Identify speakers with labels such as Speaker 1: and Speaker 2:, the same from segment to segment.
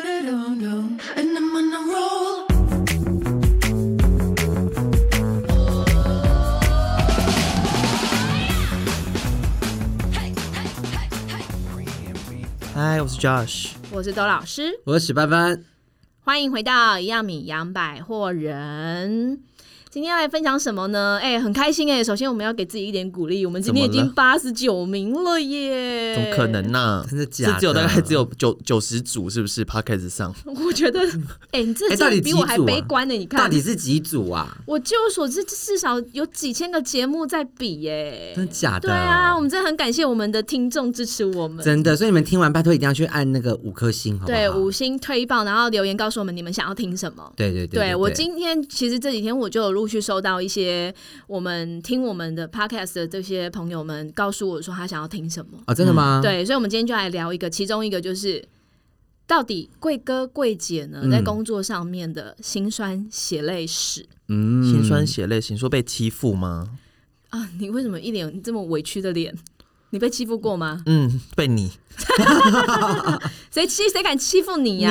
Speaker 1: And I'm on a roll.
Speaker 2: 嗨，我是 Josh，
Speaker 3: 我是周老师，
Speaker 2: 我是史班班。
Speaker 3: 欢迎回到一样米阳百货人。今天要来分享什么呢？哎、很开心哎、首先我们要给自己一点鼓励，我们今天已
Speaker 2: 怎么
Speaker 3: 经
Speaker 2: 了
Speaker 3: 八十九名了耶！
Speaker 4: 怎么可？能呢、
Speaker 2: 真的假的
Speaker 4: 是只有大概只有九九十组，是不是 p o c k e t 上
Speaker 3: 我觉 得，哎、你这
Speaker 2: 哎到
Speaker 3: 这
Speaker 2: 底几
Speaker 3: 比我还
Speaker 2: 组啊
Speaker 3: 悲观呢、你
Speaker 2: 到
Speaker 3: 看，
Speaker 2: 底是几组 啊？
Speaker 3: 我据我所知，至少有几千个节目在比耶、
Speaker 2: 真的假的？
Speaker 3: 对啊，我们真的很感谢我们的听众支持我们。
Speaker 2: 真的，所以你们听完拜托一定要去按那个五颗星，好不好？
Speaker 3: 对，五星推爆，然后留言告诉我们你们想要听什么。
Speaker 2: 对对对
Speaker 3: 对我今天其实这几天我就有陆续收到一些我们听我们的 podcast 的这些朋友们告诉我说他想要听什么，
Speaker 2: 哦，真的
Speaker 4: 嗯
Speaker 2: 吗？，
Speaker 3: 对，所以我们今天就来聊一个，其中一个就是到底贵哥贵姐呢、
Speaker 2: 嗯
Speaker 3: 在工作上面的辛酸血泪史
Speaker 2: 嗯
Speaker 4: 心酸血泪型说被欺负吗？
Speaker 3: 啊！你为什么一脸这么委屈的脸？你被欺负过吗？
Speaker 4: 嗯，被你
Speaker 3: 谁欺谁敢欺负你
Speaker 4: 你
Speaker 3: 呀、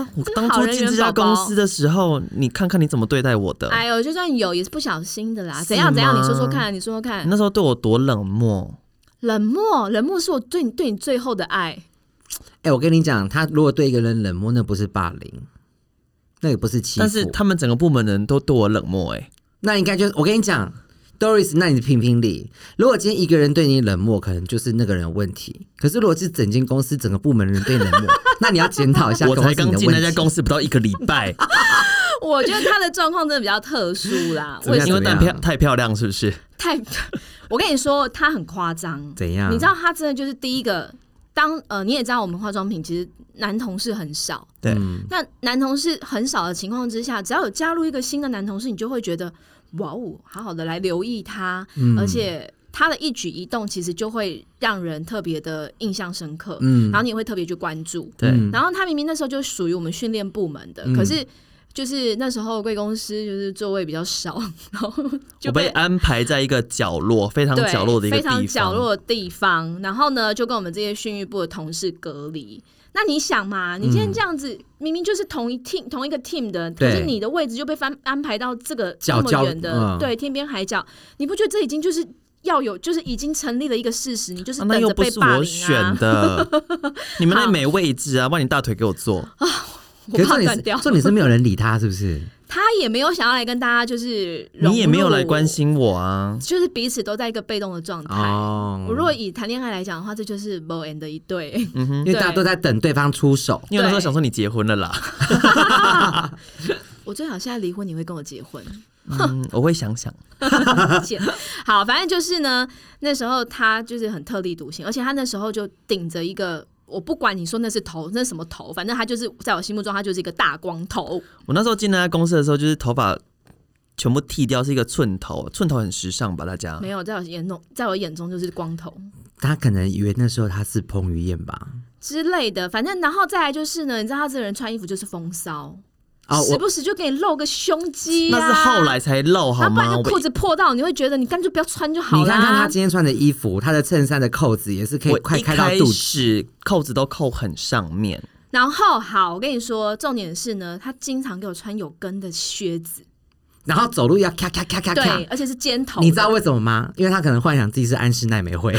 Speaker 4: 呀！我当初进这家公司的时候，你看看你怎么对待我的，
Speaker 3: 哎呦，就算有也是不小心的啦。
Speaker 4: 是
Speaker 3: 怎样怎样？
Speaker 4: 吗
Speaker 3: 你说说看，你说说看
Speaker 4: 你。那时候对我多冷漠。
Speaker 3: 冷漠，冷漠是我对你对你最后的爱。
Speaker 2: 哎，我跟你讲，他如果对一个人冷漠，那不是霸凌，那也不是欺负，
Speaker 4: 但是他们整个部门的人都对我冷漠、哎，
Speaker 2: 那应该就是我跟你讲，Doris，那你评评理。如果今天一个人对你冷漠，可能就是那个人有问题。可是如果是整间公司整个部门的人对你 冷漠，那你要检讨一下
Speaker 4: 我
Speaker 2: 公司
Speaker 4: 才
Speaker 2: 你的
Speaker 4: 刚
Speaker 2: 问题。，
Speaker 4: 进那家公司不到一个礼拜，
Speaker 3: 我觉得他的状况真的比较特殊啦
Speaker 2: 怎么
Speaker 3: 为
Speaker 2: 样
Speaker 3: 什
Speaker 4: 因
Speaker 3: 么
Speaker 4: 为太漂太漂亮，是不是？
Speaker 3: 太？ 我跟你说，他很夸张，
Speaker 2: 怎样？
Speaker 3: 你知道他真的就是第一个，当呃你也知道我们化妆品其实男同事很少，
Speaker 4: 对，
Speaker 2: 嗯
Speaker 3: 那男同事很少的情况之下，只要有加入一个新的男同事，你就会觉得哇哦，好好的来留意他，
Speaker 2: 嗯
Speaker 3: 而且他的一举一动其实就会让人特别的印象深刻，
Speaker 2: 嗯
Speaker 3: 然后你也会特别去关注，
Speaker 4: 对
Speaker 2: 嗯
Speaker 3: 然后他明明那时候就属于我们训练部门的，
Speaker 2: 嗯
Speaker 3: 可是就是那时候贵公司就是座位比较少，然后就
Speaker 4: 我被安排在一个角落，非常
Speaker 3: 对
Speaker 4: 角落的一个
Speaker 3: 非
Speaker 4: 地方，
Speaker 3: 常角落的地方，然后呢就跟我们这些训育部的同事隔离。那你想嘛，你今
Speaker 4: 嗯
Speaker 3: 天这样子，明明就是同一 team 同一个 team 的，可
Speaker 2: 对
Speaker 3: 是你的位置就被翻安排到这个这
Speaker 2: 角
Speaker 3: 么
Speaker 2: 角
Speaker 3: 远的，
Speaker 2: 嗯
Speaker 3: 对天边海角，你不觉得这已经就是要有，就是已经成立了一个事实，你就是
Speaker 4: 啊
Speaker 3: 等
Speaker 4: 那又
Speaker 3: 着
Speaker 4: 不
Speaker 3: 被
Speaker 4: 是
Speaker 3: 霸
Speaker 4: 我
Speaker 3: 凌
Speaker 4: 选
Speaker 3: 啊！
Speaker 4: 的，你们那
Speaker 3: 好
Speaker 4: 没位置啊，把你大腿给我 坐。
Speaker 3: 我
Speaker 2: 可是
Speaker 3: 怕
Speaker 2: 重点
Speaker 3: 断
Speaker 2: 是
Speaker 3: 掉，
Speaker 2: 重点是没有人理他，是 不是？
Speaker 3: 他也没有想要来跟大家就是，
Speaker 4: 你也没有来关，心我啊。
Speaker 3: 就是彼此都在一个被动的状态。
Speaker 2: 哦，
Speaker 3: 我如果以谈恋爱来讲的话，这就是 b o and 的一对，
Speaker 4: 嗯哼，
Speaker 2: 因为大家都在等对方出手，
Speaker 4: 因为那时候
Speaker 3: 对
Speaker 4: 想说你结婚了啦，
Speaker 3: 我最好现在离婚，你会跟我结婚？
Speaker 4: 嗯， 我会想想。
Speaker 3: 贱好，反正就是呢，那时候他就是很特立独行，而且他那时候就顶着一个，我不管你说那是头，那是什么头，反正他就是在我心目中，他就是一个大光头。
Speaker 4: 我那时候进那家公司的时候，就是头发全部剃掉，是一个寸头，寸头很时尚吧？大家
Speaker 3: 没有，在我眼中，在我眼中就是光头
Speaker 2: 他可能以为那时候他是彭于晏吧？
Speaker 3: 之类的。反正然后再来就是呢，你知道他这个人穿衣服就是风骚。
Speaker 2: 哦，
Speaker 3: 时
Speaker 2: 我
Speaker 3: 不时就给你露个胸肌、啊，
Speaker 4: 那是后来才露好
Speaker 3: 他啊不然
Speaker 4: 吗？
Speaker 3: 就裤
Speaker 4: 我
Speaker 3: 子破到，你会觉得你干脆不要穿就好
Speaker 2: 你
Speaker 3: 啦。
Speaker 2: 看看他今天穿的衣服，他的衬衫的扣子也是可以
Speaker 4: 我
Speaker 2: 快
Speaker 4: 一
Speaker 2: 开到
Speaker 4: 开
Speaker 2: 肚子。
Speaker 4: 始扣子都扣很上面，
Speaker 3: 然后好，我跟你说，重点是呢，他经常给我穿有跟的靴子，
Speaker 2: 然后走路要咔咔咔咔咔
Speaker 3: 对，。而且是尖头的。
Speaker 2: 你知道为什么吗？因为他可能幻想自己是安室 奈美惠，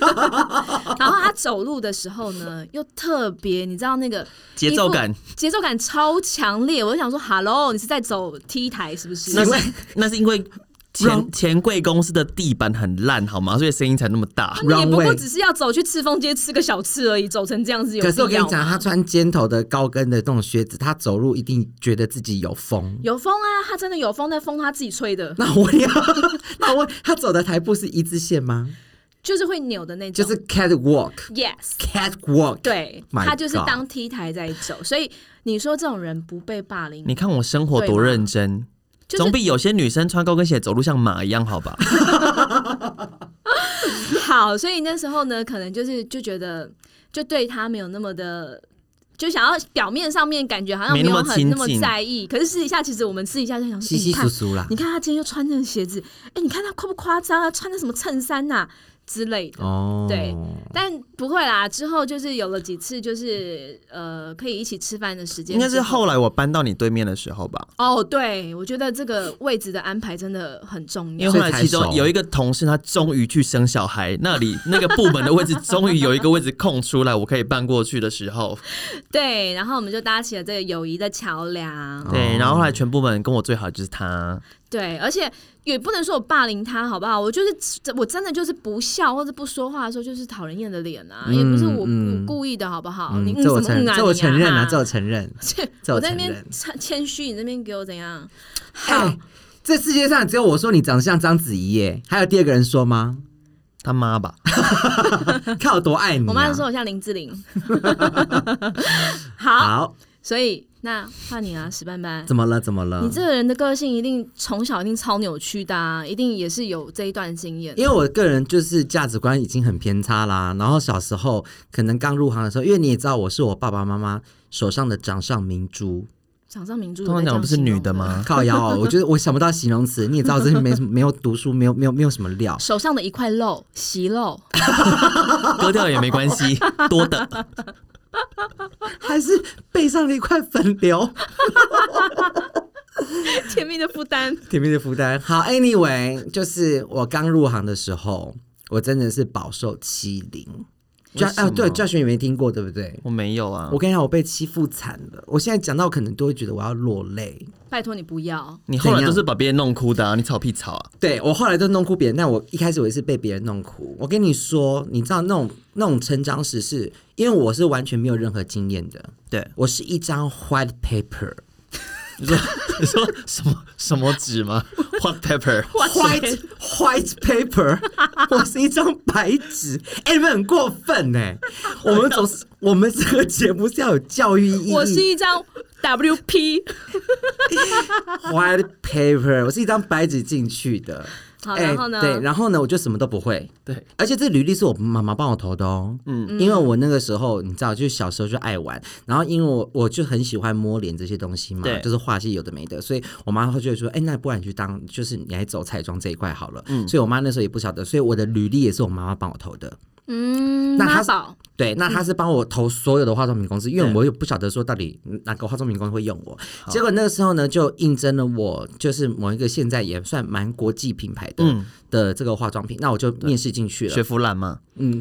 Speaker 3: 然后他走路的时候呢，又特别，你知道那个
Speaker 4: 节奏感，
Speaker 3: 节奏感超强烈。我就想说，Hello，你是在走 T 台是不是？
Speaker 4: 那是那是因为
Speaker 2: 让
Speaker 4: 钱钱柜公司的地板很烂好吗？所以声音才那么大。
Speaker 3: 你也不
Speaker 2: runway
Speaker 3: 过只是要走去赤峰街吃个小吃而已，走成这样子有必
Speaker 2: 可
Speaker 3: 要
Speaker 2: 是我跟你讲，
Speaker 3: 吗
Speaker 2: 他穿尖头的高跟的这种靴子，他走路一定觉得自己有风。
Speaker 3: 有风啊，他真的有风，但风他自己吹的，
Speaker 2: 那我 要，那我他走的台步是一致线吗？
Speaker 3: 就是会扭的那
Speaker 2: 就
Speaker 3: 种。
Speaker 2: 是 catwalk，catwalk。
Speaker 3: yes，对
Speaker 2: My
Speaker 3: 他就是
Speaker 2: God
Speaker 3: 当 T 台在走，所以你说这种人不被霸凌，
Speaker 4: 你看我生活多认真，
Speaker 3: 嗯就是
Speaker 4: 总比有些女生穿高跟鞋走路像马一样好 吧？
Speaker 3: 好，所以那时候呢，可能就是就觉得就对他没有那么的。就想要表面上面感觉好像
Speaker 4: 没
Speaker 3: 没
Speaker 4: 那
Speaker 3: 有
Speaker 4: 么
Speaker 3: 很
Speaker 4: 亲
Speaker 3: 那么
Speaker 4: 近
Speaker 3: 在意，可是私底下其实我们私底下就想说，
Speaker 2: 稀
Speaker 3: 哎
Speaker 2: 稀
Speaker 3: 你
Speaker 2: 疏
Speaker 3: 看，
Speaker 2: 疏啦。
Speaker 3: 你看他今天又穿那个鞋子，哎、你看他夸不夸张啊？穿的什么衬衫呐、之类的。
Speaker 2: 哦，
Speaker 3: 对但不会啦，之后就是有了几次，就是呃，可以一起吃饭的时间之。
Speaker 4: 应该是后来我搬到你对面的时候吧，
Speaker 3: 哦，对，我觉得这个位置的安排真的很重
Speaker 4: 因为
Speaker 3: 要。
Speaker 4: 后来其
Speaker 2: 所以才
Speaker 4: 中
Speaker 2: 熟
Speaker 4: 有一个同事他终于去生小孩，那里那个部门的位置终于有一个位置空出来，我可以搬过去的时候，
Speaker 3: 对，然后我们就搭起了这个友谊的桥
Speaker 2: 哦
Speaker 3: 梁。
Speaker 4: 对，然后后来全部门跟我最好的就是他，
Speaker 3: 对，而且也不能说我霸凌他，好不好？我就是我真的就是不笑或者不说话的时候，就是讨人厌的脸啊，
Speaker 2: 嗯
Speaker 3: 也不是我
Speaker 2: 嗯
Speaker 3: 我故意的，好不好？
Speaker 2: 嗯
Speaker 3: 你嗯
Speaker 2: 这
Speaker 3: 什
Speaker 2: 我
Speaker 3: 么
Speaker 2: 承
Speaker 3: 嗯啊？
Speaker 2: 这我承认啊，
Speaker 3: 啊，
Speaker 2: 这 我承认。这我
Speaker 3: 我在那
Speaker 2: 承
Speaker 3: 边
Speaker 2: 认
Speaker 3: 谦谦虚，你那边给我怎样？
Speaker 2: 哎，这世界上只有我说你长得像章子怡耶，还有第二个人说 吗？
Speaker 4: 他妈吧，
Speaker 2: 看我多爱你、啊。
Speaker 3: 我妈就说我像林志 玲。好，
Speaker 2: 好，
Speaker 3: 所以那换你啊，史斑斑。
Speaker 2: 怎么了？怎么了？
Speaker 3: 你这个人的个性一定从小一定超扭曲的、啊，一定也是有这一段经验。
Speaker 2: 因为我个人就是价值观已经很偏差啦，然后小时候可能刚入行的时候，因为你也知道我是我爸爸妈妈手上的掌上明珠，
Speaker 3: 掌上明珠有
Speaker 4: 通常
Speaker 3: 在这
Speaker 4: 讲
Speaker 3: 样
Speaker 4: 不是
Speaker 3: 形容
Speaker 4: 女的吗？
Speaker 2: 靠腰、哦，我觉得我想不到形容词，你也知道我这是没什么没有读书，没有没有没有什么料
Speaker 3: 的？，手上的一块肉，息 肉，
Speaker 4: 割掉也没关系，多的。
Speaker 2: 还是背上了一块粉瘤，
Speaker 3: 甜蜜的负担。
Speaker 2: 甜蜜的负担。好，anyway，就是我刚入行的时候，我真的是饱受欺凌。
Speaker 4: 为
Speaker 2: 教
Speaker 4: 什
Speaker 2: 啊，
Speaker 4: 么
Speaker 2: 对，教学你没听过对不对？
Speaker 4: 我没有啊，
Speaker 2: 我跟你讲，我被欺负惨了。我现在讲到可能都会觉得我要落泪。
Speaker 3: 拜托你不要，
Speaker 4: 你后
Speaker 2: 怎
Speaker 4: 来
Speaker 2: 样
Speaker 4: 都是把别人弄哭的、啊，你草屁草啊！
Speaker 2: 对我后来都弄哭别人，但我一开始我也是被别人弄哭。我跟你说，你知道那种那种成长史是，因为我是完全没有任何经验的，
Speaker 4: 对，
Speaker 2: 我是一张 white paper。
Speaker 4: 你说 你说什么什么纸吗？What pepper？
Speaker 2: White white paper，我是一张白纸，哎、你们很过分呢、我们 总是，我们这个节目是要有教育意义。
Speaker 3: 我是一 张 WP。
Speaker 2: white paper，我是一张白纸进去的。
Speaker 3: 好，
Speaker 2: 哎
Speaker 3: 然后呢？
Speaker 2: 对，然后呢，我就什么都不会。
Speaker 4: 对，
Speaker 2: 而且这履历是我妈妈帮我投的哦。嗯，因为我那个时候你知道，就是小时候就爱玩，然后因为我我就很喜欢摸脸这些东西嘛，
Speaker 4: 对
Speaker 2: 就是画些有的没的，所以我妈她就会说，哎、那不然你去当，就是你来走彩妆这一块好了。嗯，所以我妈那时候也不晓得，所以我的履历也是我妈妈帮我投的。
Speaker 3: 嗯，
Speaker 2: 那他
Speaker 3: 妈
Speaker 2: 是
Speaker 3: 宝，
Speaker 2: 对，那他是帮我投所有的化妆品公司，因为
Speaker 4: 嗯对
Speaker 2: 我也不晓得说到底哪个化妆品公司会用我。结果那个时候呢，就应征了我，就是某一个现在也算蛮国际品牌的、
Speaker 4: 嗯
Speaker 2: 的这个化妆品，那我就面试进去了
Speaker 4: 学。腐烂吗？
Speaker 2: 嗯，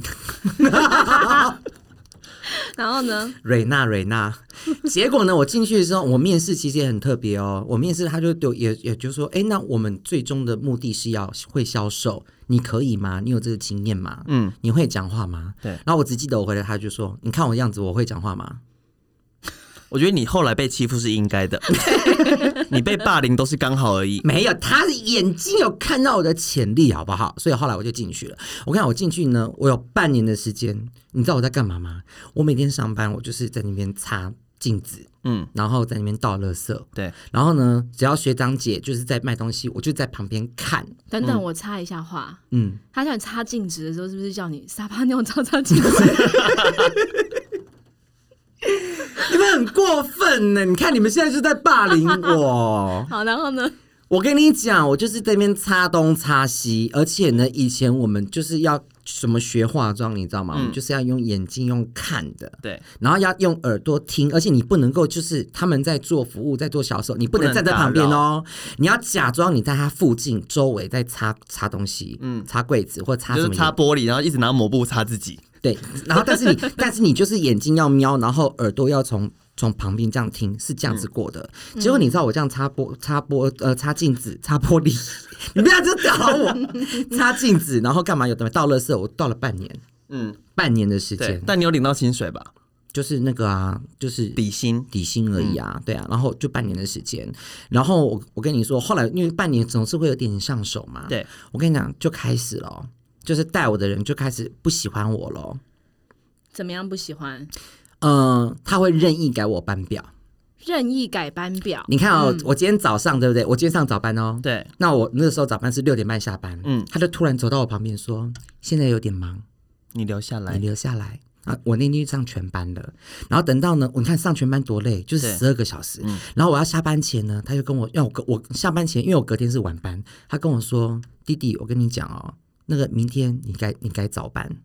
Speaker 3: 然后呢？
Speaker 2: 瑞娜瑞娜。 结果呢，我进去的时候，我面试其实也很特别哦。我面试他就对我也也就说，哎，那我们最终的目的是要会销售，你可以吗？你有这个经验吗？
Speaker 4: 嗯，
Speaker 2: 你会讲话吗？
Speaker 4: 对
Speaker 2: 然后我只记得我回答他就说，你看我样子，我会讲话吗？
Speaker 4: 我觉得你后来被欺负是应该的， 你被霸凌都是刚好而已。
Speaker 2: 没有，他的眼睛有看到我的潜力，好不好？所以后来我就进去了。我看我进去呢，我有半年的时间，你知道我在干嘛吗？我每天上班，我就是在那边擦镜子，
Speaker 4: 嗯，
Speaker 2: 然后在那边倒垃圾，
Speaker 4: 对，
Speaker 2: 然后呢，只要学长姐就是在卖东西，我就在旁边看。
Speaker 3: 等等，我插一下话。
Speaker 2: 嗯，
Speaker 3: 他叫你擦镜子的时候，是不是叫你撒泡尿照照镜子？。
Speaker 2: 嗯你们很过分呢！你看你们现在就在霸凌 我
Speaker 3: 好，然后呢？
Speaker 2: 我跟你讲，我就是这边擦东擦西，而且呢，以前我们就是要什么学化妆，你知
Speaker 4: 嗯
Speaker 2: 道吗？我们就是要用眼睛用看的。
Speaker 4: 对，
Speaker 2: 然后要用耳朵听，而且你不能够就是他们在做服务、在做销售，你不
Speaker 4: 不
Speaker 2: 能
Speaker 4: 能
Speaker 2: 站在
Speaker 4: 打
Speaker 2: 旁边
Speaker 4: 扰
Speaker 2: 哦，你要假装你在他附近周围在擦擦东西，嗯，擦柜子或擦
Speaker 4: 就
Speaker 2: 什
Speaker 4: 是
Speaker 2: 么
Speaker 4: 擦
Speaker 2: 眼，
Speaker 4: 玻璃，然后一直拿抹布擦自己。
Speaker 2: 对，然后但是你但是你就是眼睛要瞄，然后耳朵要从。从旁边这样听是这样
Speaker 4: 嗯
Speaker 2: 子过的，结果你知道我这样擦玻擦玻呃擦镜子擦玻璃， 你不要就找 我擦镜子，然后干嘛有的没倒垃圾，我倒了半年
Speaker 4: 嗯，
Speaker 2: 半年的时
Speaker 4: 对
Speaker 2: 间，，
Speaker 4: 但你有领到薪水吧？
Speaker 2: 就是那个啊，就是
Speaker 4: 底嗯薪。
Speaker 2: 底薪而已啊，对啊，然后就半年的时间，然后我我跟你说，后来因为半年总是会有点上手嘛，，
Speaker 4: 对，
Speaker 2: 我跟你讲就开始了哦，就是带我的人就开始不喜欢我了，哦
Speaker 3: 怎么样不喜欢？
Speaker 2: 嗯、他会任意改我班表，
Speaker 3: 任意改班表，
Speaker 2: 你看哦，我今天早上对不对？我今天上早班哦，
Speaker 4: 对，
Speaker 2: 那我那时候早班是六点半下班，嗯
Speaker 4: 嗯，
Speaker 2: 他就突然走到我旁边说，现在有点忙，
Speaker 4: 你留下
Speaker 2: 你
Speaker 4: 来。
Speaker 2: 留下来。啊，我那天上全班了，然后等到呢，我你看上全班多累，就是嗯十
Speaker 4: 对
Speaker 2: 二个小时。然后我要下班前呢，他就跟我要我隔我下班前，因为我隔天是晚班，他跟我说：“弟弟，我跟你讲哦，那个明天你该你该早班。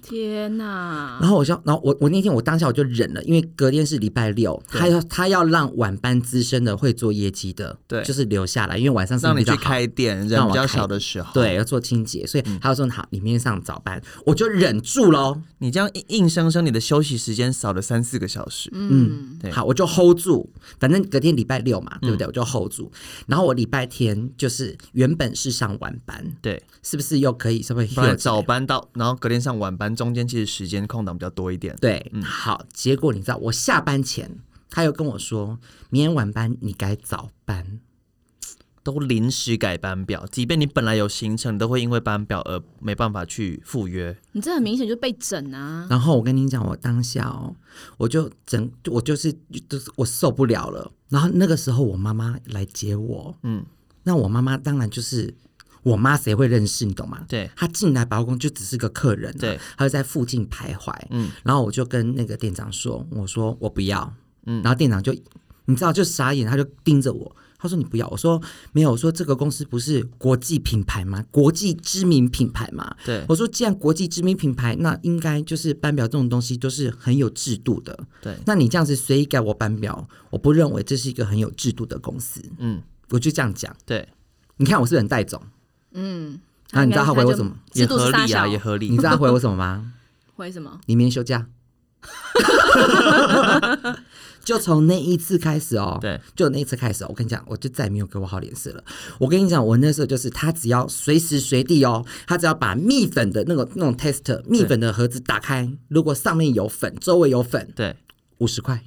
Speaker 3: 天哪
Speaker 2: 然！后我就，然后我我那天我当下我就忍了，因为隔天是礼拜六，
Speaker 4: 对
Speaker 2: 他要他要让晚班资深的会做业绩的，
Speaker 4: 对
Speaker 2: 就是留下来，因为晚上是
Speaker 4: 让你
Speaker 2: 比较
Speaker 4: 去
Speaker 2: 好
Speaker 4: 开嗯店，人
Speaker 2: 让
Speaker 4: 比
Speaker 2: 我
Speaker 4: 较
Speaker 2: 开
Speaker 4: 少的时候，
Speaker 2: 对，要做清洁，所以他就说好，你明天上早班，我就忍住喽。
Speaker 4: 你这样硬硬生生你的休息时间少了三四个小时，
Speaker 3: 嗯，
Speaker 4: 对嗯
Speaker 2: 好，我就 hold 住，反正隔天礼拜六嘛，对不对？我就 hold 住。然后我礼拜天就是原本是上晚班，
Speaker 4: 对，
Speaker 2: 是不是又可以稍微
Speaker 4: 不然
Speaker 2: heal
Speaker 4: 早
Speaker 2: 班？
Speaker 4: 班到，然后隔天上晚班，中间其实时间空档比较多一点。
Speaker 2: 对，好。结果你知道，我下班前他又跟我说，明天晚班你该早班。
Speaker 4: 都临时改班表，即便你本来有行程，你都会因为班表而没办法去赴约。
Speaker 3: 你这很明显就被整啊！
Speaker 2: 然后我跟你讲，我当下哦，我就整，我就是就是我受不了了。然后那个时候我妈妈来接我，
Speaker 4: 嗯
Speaker 2: 嗯，那我妈妈当然就是。我妈谁会认识你懂吗？
Speaker 4: 对
Speaker 2: 她进来百货公司就只是个客人、啊，
Speaker 4: 对，
Speaker 2: 她就在附近徘徊，嗯，然后我就跟那个店长说，我说我不要，嗯，然后店长就你知道就傻眼，他就盯着我，他说你不要，我说没有，我说这个公司不是国际品牌吗？国际知名品牌吗？
Speaker 4: 对
Speaker 2: 我说既然国际知名品牌，那应该就是班表这种东西都是很有制度的。
Speaker 4: 对，
Speaker 2: 那你这样子随意改我班表，我不认为这是一个很有制度的公司。
Speaker 4: 嗯，
Speaker 2: 我就这样讲，
Speaker 4: 对，
Speaker 2: 你看我是不是很带种，
Speaker 3: 嗯，
Speaker 2: 那啊你知道
Speaker 3: 应该
Speaker 2: 他回我
Speaker 3: 就
Speaker 2: 什么
Speaker 3: 制
Speaker 4: 也
Speaker 3: 度是
Speaker 4: 合
Speaker 3: 大
Speaker 4: 理
Speaker 3: 小
Speaker 4: 啊，也合理。
Speaker 2: 你知道他回我什么吗？
Speaker 3: 回什么？
Speaker 2: 你明天休假。 就从那一次开始哦，
Speaker 4: 对，
Speaker 2: 就那一次开始哦、我跟你讲，我就再也没有给我好脸色了。我跟你讲，我那时候就是他只要随时随地哦，他只要把蜜粉的那个那种 tester 蜜粉的盒子打开，如果上面有粉，周围有粉，
Speaker 4: 对，
Speaker 2: 五十块。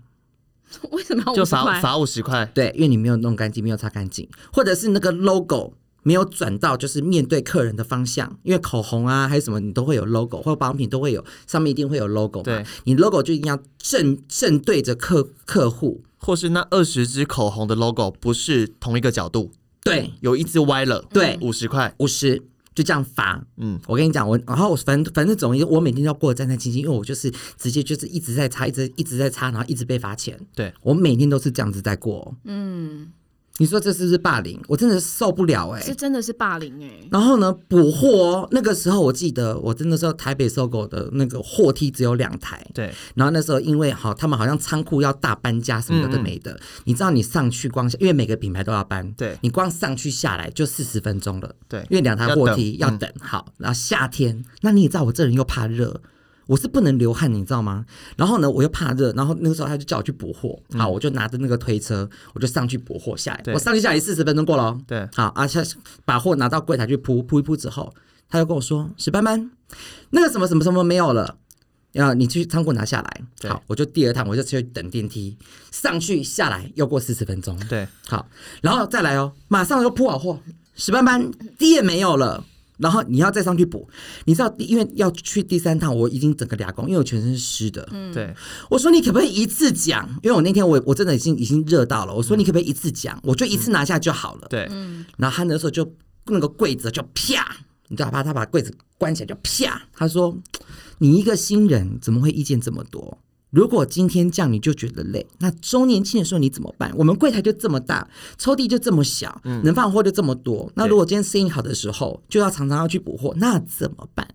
Speaker 3: 为什么要
Speaker 4: 就
Speaker 3: 50块
Speaker 4: 罚罚五十块。
Speaker 2: 对，因为你没有弄干净，没有擦干净，或者是那个 logo 没有转到就是面对客人的方向，因为口红啊还是什么，你都会有 logo，或者保养品都会有，上面一定会有 logo 嘛
Speaker 4: 对。
Speaker 2: 你 logo 就一定要正正对着客客户。
Speaker 4: 或是那二十支口红的 logo 不是同一个角度，
Speaker 2: 对，
Speaker 4: 有一支歪了，
Speaker 2: 对
Speaker 4: 五十块，
Speaker 2: 五十就这样罚。
Speaker 4: 嗯，
Speaker 2: 我跟你讲，我然后我反正反正总之，我每天都要过得战战兢兢，因为我就是直接就是一直在擦，一直一直在擦，然后一直被罚钱。
Speaker 4: 对，
Speaker 2: 我每天都是这样子在过。哦
Speaker 3: 嗯，
Speaker 2: 你说这是不是霸凌？我真的受不了哎、
Speaker 3: 这真的是霸凌哎！
Speaker 2: 然后呢，补货哦、那个时候我记得，我真的时候台北搜狗的那个货梯只有两台，
Speaker 4: 对，
Speaker 2: 然后那时候因为好，他们好像仓库要大搬家什么
Speaker 4: 嗯
Speaker 2: 的
Speaker 4: 嗯
Speaker 2: 都没的，你知道你上去光下，因为每个品牌都要搬，
Speaker 4: 对
Speaker 2: 你光上去下来就四十分钟了，
Speaker 4: 对
Speaker 2: 因为两台货梯
Speaker 4: 要
Speaker 2: 要
Speaker 4: 等嗯
Speaker 2: 等。好，然后夏天，那你也知道我这人又怕热。我是不能流汗，你知道吗？然后呢，我又怕热，然后那个时候他就叫我去补货，好，我就拿着那个推车，我就上去补货下
Speaker 4: 嗯对
Speaker 2: 来，我上去下来四十分钟过了哦，
Speaker 4: 对
Speaker 2: 好，啊，下把货拿到柜台去铺铺一铺之后，他就跟我说：“史班班，那个什么什么什么没有了，啊，你去仓库拿下
Speaker 4: 对
Speaker 2: 来。”好，我就第二趟我就去等电梯，上去下来又过四十分钟，
Speaker 4: 对，
Speaker 2: 好，然后再来哦，马上又铺好货，史班班低也没有了。然后你要再上去补，你知道，因为要去第三趟，我已经整个俩工，因为我全身是湿的。
Speaker 3: 嗯
Speaker 4: 对，
Speaker 2: 我说你可不可以一次讲？因为我那天我我真的已经已经热到了。我说你可不可以一次讲？我就一次拿下就好了。
Speaker 4: 对，
Speaker 3: 嗯
Speaker 2: 然后嗯他那时候就那个柜子就啪，你知道吧？他把柜子关起来就啪，他说：“你一个新人怎么会意见这么多？如果今天这样你就觉得累，那周年庆的时候你怎么办？我们柜台就这么大，抽屉就这么小，能放货就这么多。那如果今天生意好的时候，就要常常要去补货，那怎么办？”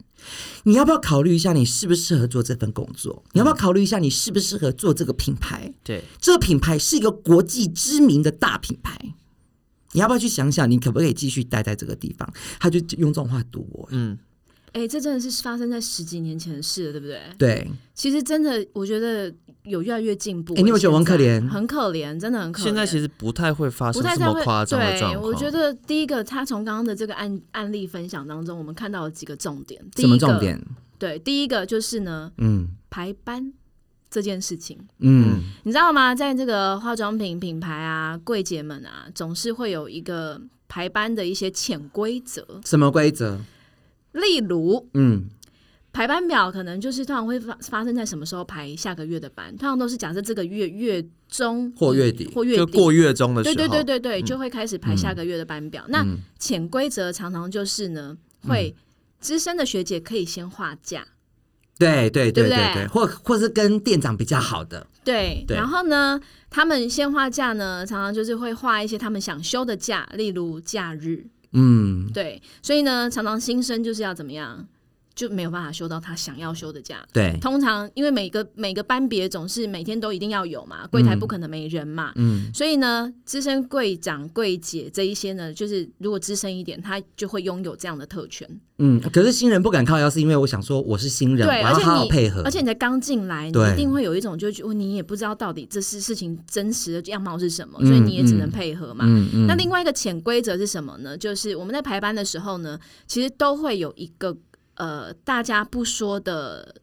Speaker 2: 你要不要考虑一下，你适不适合做这份工作？你要不要考虑一下，你适不适合做这个品牌？
Speaker 4: 对，
Speaker 2: 这个品牌是一个国际知名的大品牌，你要不要去想想，你可不可以继续待在这个地方？他就用这种话堵我，
Speaker 4: 嗯，
Speaker 3: 哎，这真的是发生在十几年前的事了，对不对？
Speaker 2: 对，
Speaker 3: 其实真的，我觉得有越来越进步。
Speaker 2: 诶哎你有没有觉得我很可
Speaker 3: 现在
Speaker 2: 怜
Speaker 3: 很可怜，真的很可怜。
Speaker 4: 现在其实不太会发
Speaker 3: 不
Speaker 4: 生
Speaker 3: 太
Speaker 4: 这
Speaker 3: 太
Speaker 4: 么
Speaker 3: 会
Speaker 4: 夸张的状
Speaker 3: 对，
Speaker 4: 况。
Speaker 3: 我觉得第一个，他从刚刚的这个案案例分享当中，我们看到了几个重点。第
Speaker 2: 什
Speaker 3: 一
Speaker 2: 么
Speaker 3: 个，
Speaker 2: 重？点？
Speaker 3: 对，第一个就是呢，
Speaker 2: 嗯
Speaker 3: 排班这件事情，
Speaker 2: 嗯，
Speaker 3: 你知道吗？在这个化妆品品牌啊，柜姐们啊，总是会有一个排班的一些潜规则，
Speaker 2: 什么规则？
Speaker 3: 例如。
Speaker 2: 嗯，
Speaker 3: 排班表可能就是通常会发发生在什么时候排下个月的班，通常都是假设这个月月中
Speaker 2: 或月底
Speaker 3: 或月
Speaker 4: 就
Speaker 3: 底
Speaker 4: 过月中的时
Speaker 3: 对
Speaker 4: 候，
Speaker 3: 对对对对，就会开始排下个月的班表。那潜规则常常就是呢，会资深的学姐可以先画假，
Speaker 2: 对对
Speaker 3: 对
Speaker 2: 对
Speaker 3: 不
Speaker 2: 对
Speaker 3: 对
Speaker 2: 对，或或是跟店长比较好的，
Speaker 3: 对，
Speaker 2: 对
Speaker 3: 然后呢，他们先画假呢，常常就是会画一些他们想休的假，例如假日，
Speaker 2: 嗯，
Speaker 3: 对，所以呢，常常新生就是要怎么样，就没有办法休到他想要休的假。
Speaker 2: 对，
Speaker 3: 通常因为每个每个班别总是每天都一定要有嘛，柜台不可能没人嘛，
Speaker 2: 嗯，
Speaker 3: 所以呢，资深柜长、柜姐这一些呢，就是如果资深一点，他就会拥有这样的特权。
Speaker 2: 嗯，可是新人不敢靠腰，是因为我想说我是新人，我
Speaker 3: 对，而
Speaker 2: 要
Speaker 3: 且你
Speaker 2: 好好配合。
Speaker 3: 而且你才刚进来，你
Speaker 2: 对
Speaker 3: 一定会有一种就觉得哦你也不知道到底这是事情真实的样貌是什么，
Speaker 2: 嗯
Speaker 3: 所以你也只能配合嘛。
Speaker 2: 嗯嗯，
Speaker 3: 那另外一个潜规则是什么呢？就是我们在排班的时候呢，其实都会有一个呃大家不说的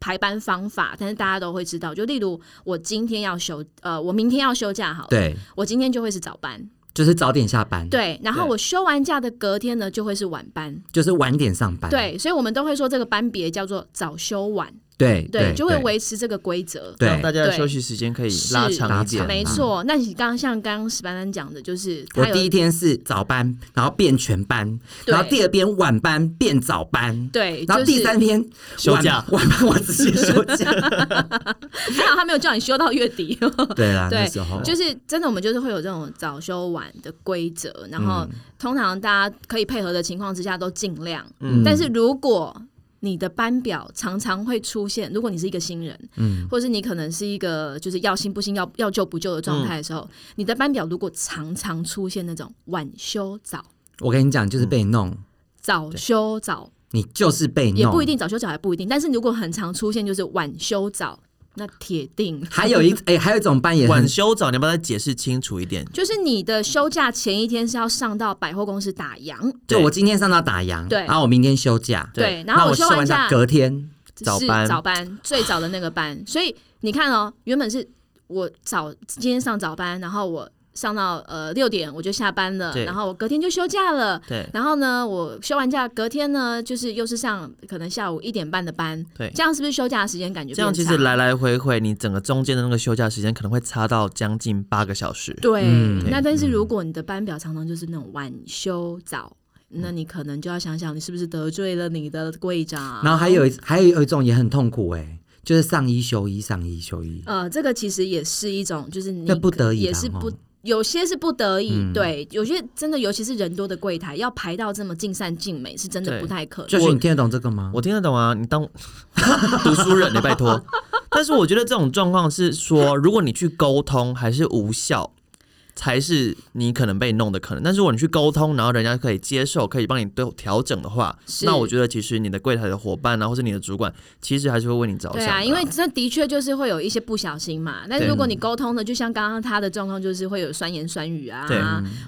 Speaker 3: 排班方法，但是大家都会知道。就例如我今天要休，呃，我明天要休假好了，
Speaker 2: 对，
Speaker 3: 我今天就会是早班，
Speaker 2: 就是早点下班，，
Speaker 3: 对，然后
Speaker 4: 对
Speaker 3: 我休完假的隔天呢就会是晚班，
Speaker 2: 就是晚点上班，
Speaker 3: 对，所以我们都会说这个班别叫做早休晚，
Speaker 2: 对
Speaker 3: 对，就会
Speaker 2: 对
Speaker 3: 维持这个规则。
Speaker 2: 对
Speaker 4: 让大家的
Speaker 3: 对
Speaker 4: 休息时间可以
Speaker 3: 是
Speaker 4: 拉长一
Speaker 2: 拉
Speaker 4: 点。
Speaker 2: 长
Speaker 3: 没错，那你刚刚像刚刚史班班讲的，就是
Speaker 2: 我
Speaker 3: 他有
Speaker 2: 第一天是早班，然后变全班，
Speaker 3: 对
Speaker 2: 然后第二边晚班变早班，
Speaker 3: 对，
Speaker 2: 然后第三天
Speaker 4: 休
Speaker 2: 晚
Speaker 4: 假
Speaker 2: 晚班我直接休假。
Speaker 3: 就是、 还好他没有叫你休到月底。
Speaker 2: 对啦，
Speaker 3: 对
Speaker 2: 那时候
Speaker 3: 就是真的，我们就是会有这种早休晚的规则，然后通常大家可以配合的情况之下都尽量。
Speaker 2: 嗯
Speaker 3: 但是如果你的班表常常会出现，如果你是一个新人，
Speaker 2: 嗯
Speaker 3: 或是你可能是一个就是要新不新、要要救不救的状态的时候，
Speaker 2: 嗯
Speaker 3: 你的班表如果常常出现那种晚休早、
Speaker 2: 我跟你讲，就是被弄，
Speaker 3: 早休早，
Speaker 2: 你就是被弄，
Speaker 3: 也不一。定早休早还不一定，但是如果很常出现就是晚休早，那铁定
Speaker 2: 还有一哎，还有一种班也很
Speaker 4: 晚
Speaker 3: 嗯
Speaker 4: 休早，你要不要再解释清楚一点？
Speaker 3: 就是你的休假前一天是要上到百货公司打烊，
Speaker 2: 就我今天上到打烊，
Speaker 3: 对
Speaker 2: 然后我明天休假，
Speaker 3: 对然
Speaker 2: 那
Speaker 3: 后
Speaker 2: 我
Speaker 3: 我休完假
Speaker 2: 假隔天，
Speaker 4: 早
Speaker 3: 是
Speaker 4: 班
Speaker 3: 早班最早的那个班，所以你看哦，原本是我早今天上早班，然后我上到呃六点我就下班了，
Speaker 4: 对
Speaker 3: 然后我隔天就休假了。
Speaker 4: 对
Speaker 3: 然后呢，我休完假隔天呢，就是又是上可能下午一点半的班，
Speaker 4: 对
Speaker 3: 这样是不是休假的时间感觉
Speaker 4: 这样
Speaker 3: 变
Speaker 4: 其
Speaker 3: 长
Speaker 4: 实来来回回，你整个中间的那个休假时间可能会差到将近八个小时。
Speaker 3: 对，
Speaker 2: 嗯
Speaker 3: 那但是如果你的班表常常就是那种晚休早，
Speaker 4: 嗯
Speaker 3: 那你可能就要想想你是不是得罪了你的柜长。
Speaker 2: 然后还有一还有一种也很痛苦哎，就是上一休一，上一休一，
Speaker 3: 呃，这个其实也是一种，就是你
Speaker 2: 那不
Speaker 3: 可
Speaker 2: 得已
Speaker 3: 也
Speaker 2: 啦
Speaker 3: 是不
Speaker 2: 吼。
Speaker 3: 有些是不得已，
Speaker 2: 嗯
Speaker 3: 对，有些真的，尤其是人多的柜台，要排到这么尽善尽美，是真的
Speaker 4: 对
Speaker 3: 不太可能。
Speaker 2: 就是你听得懂这个吗？
Speaker 4: 我听得懂啊，你当 读书人，欸你拜托。但是我觉得这种状况是说，如果你去沟通还是无效，才是你可能被弄的可能。但是如果你去沟通，然后人家可以接受，可以帮你对调整的话，
Speaker 3: 是
Speaker 4: 那我觉得其实你的柜台的伙伴啊，或是你的主管，其实还是会为你着想
Speaker 3: 对
Speaker 4: 的
Speaker 3: 啊，因为这的确就是会有一些不小心嘛。但是
Speaker 4: 对
Speaker 3: 如果
Speaker 2: 嗯
Speaker 3: 你沟通的，就像刚刚他的状况，就是会有酸言酸语啊
Speaker 4: 对，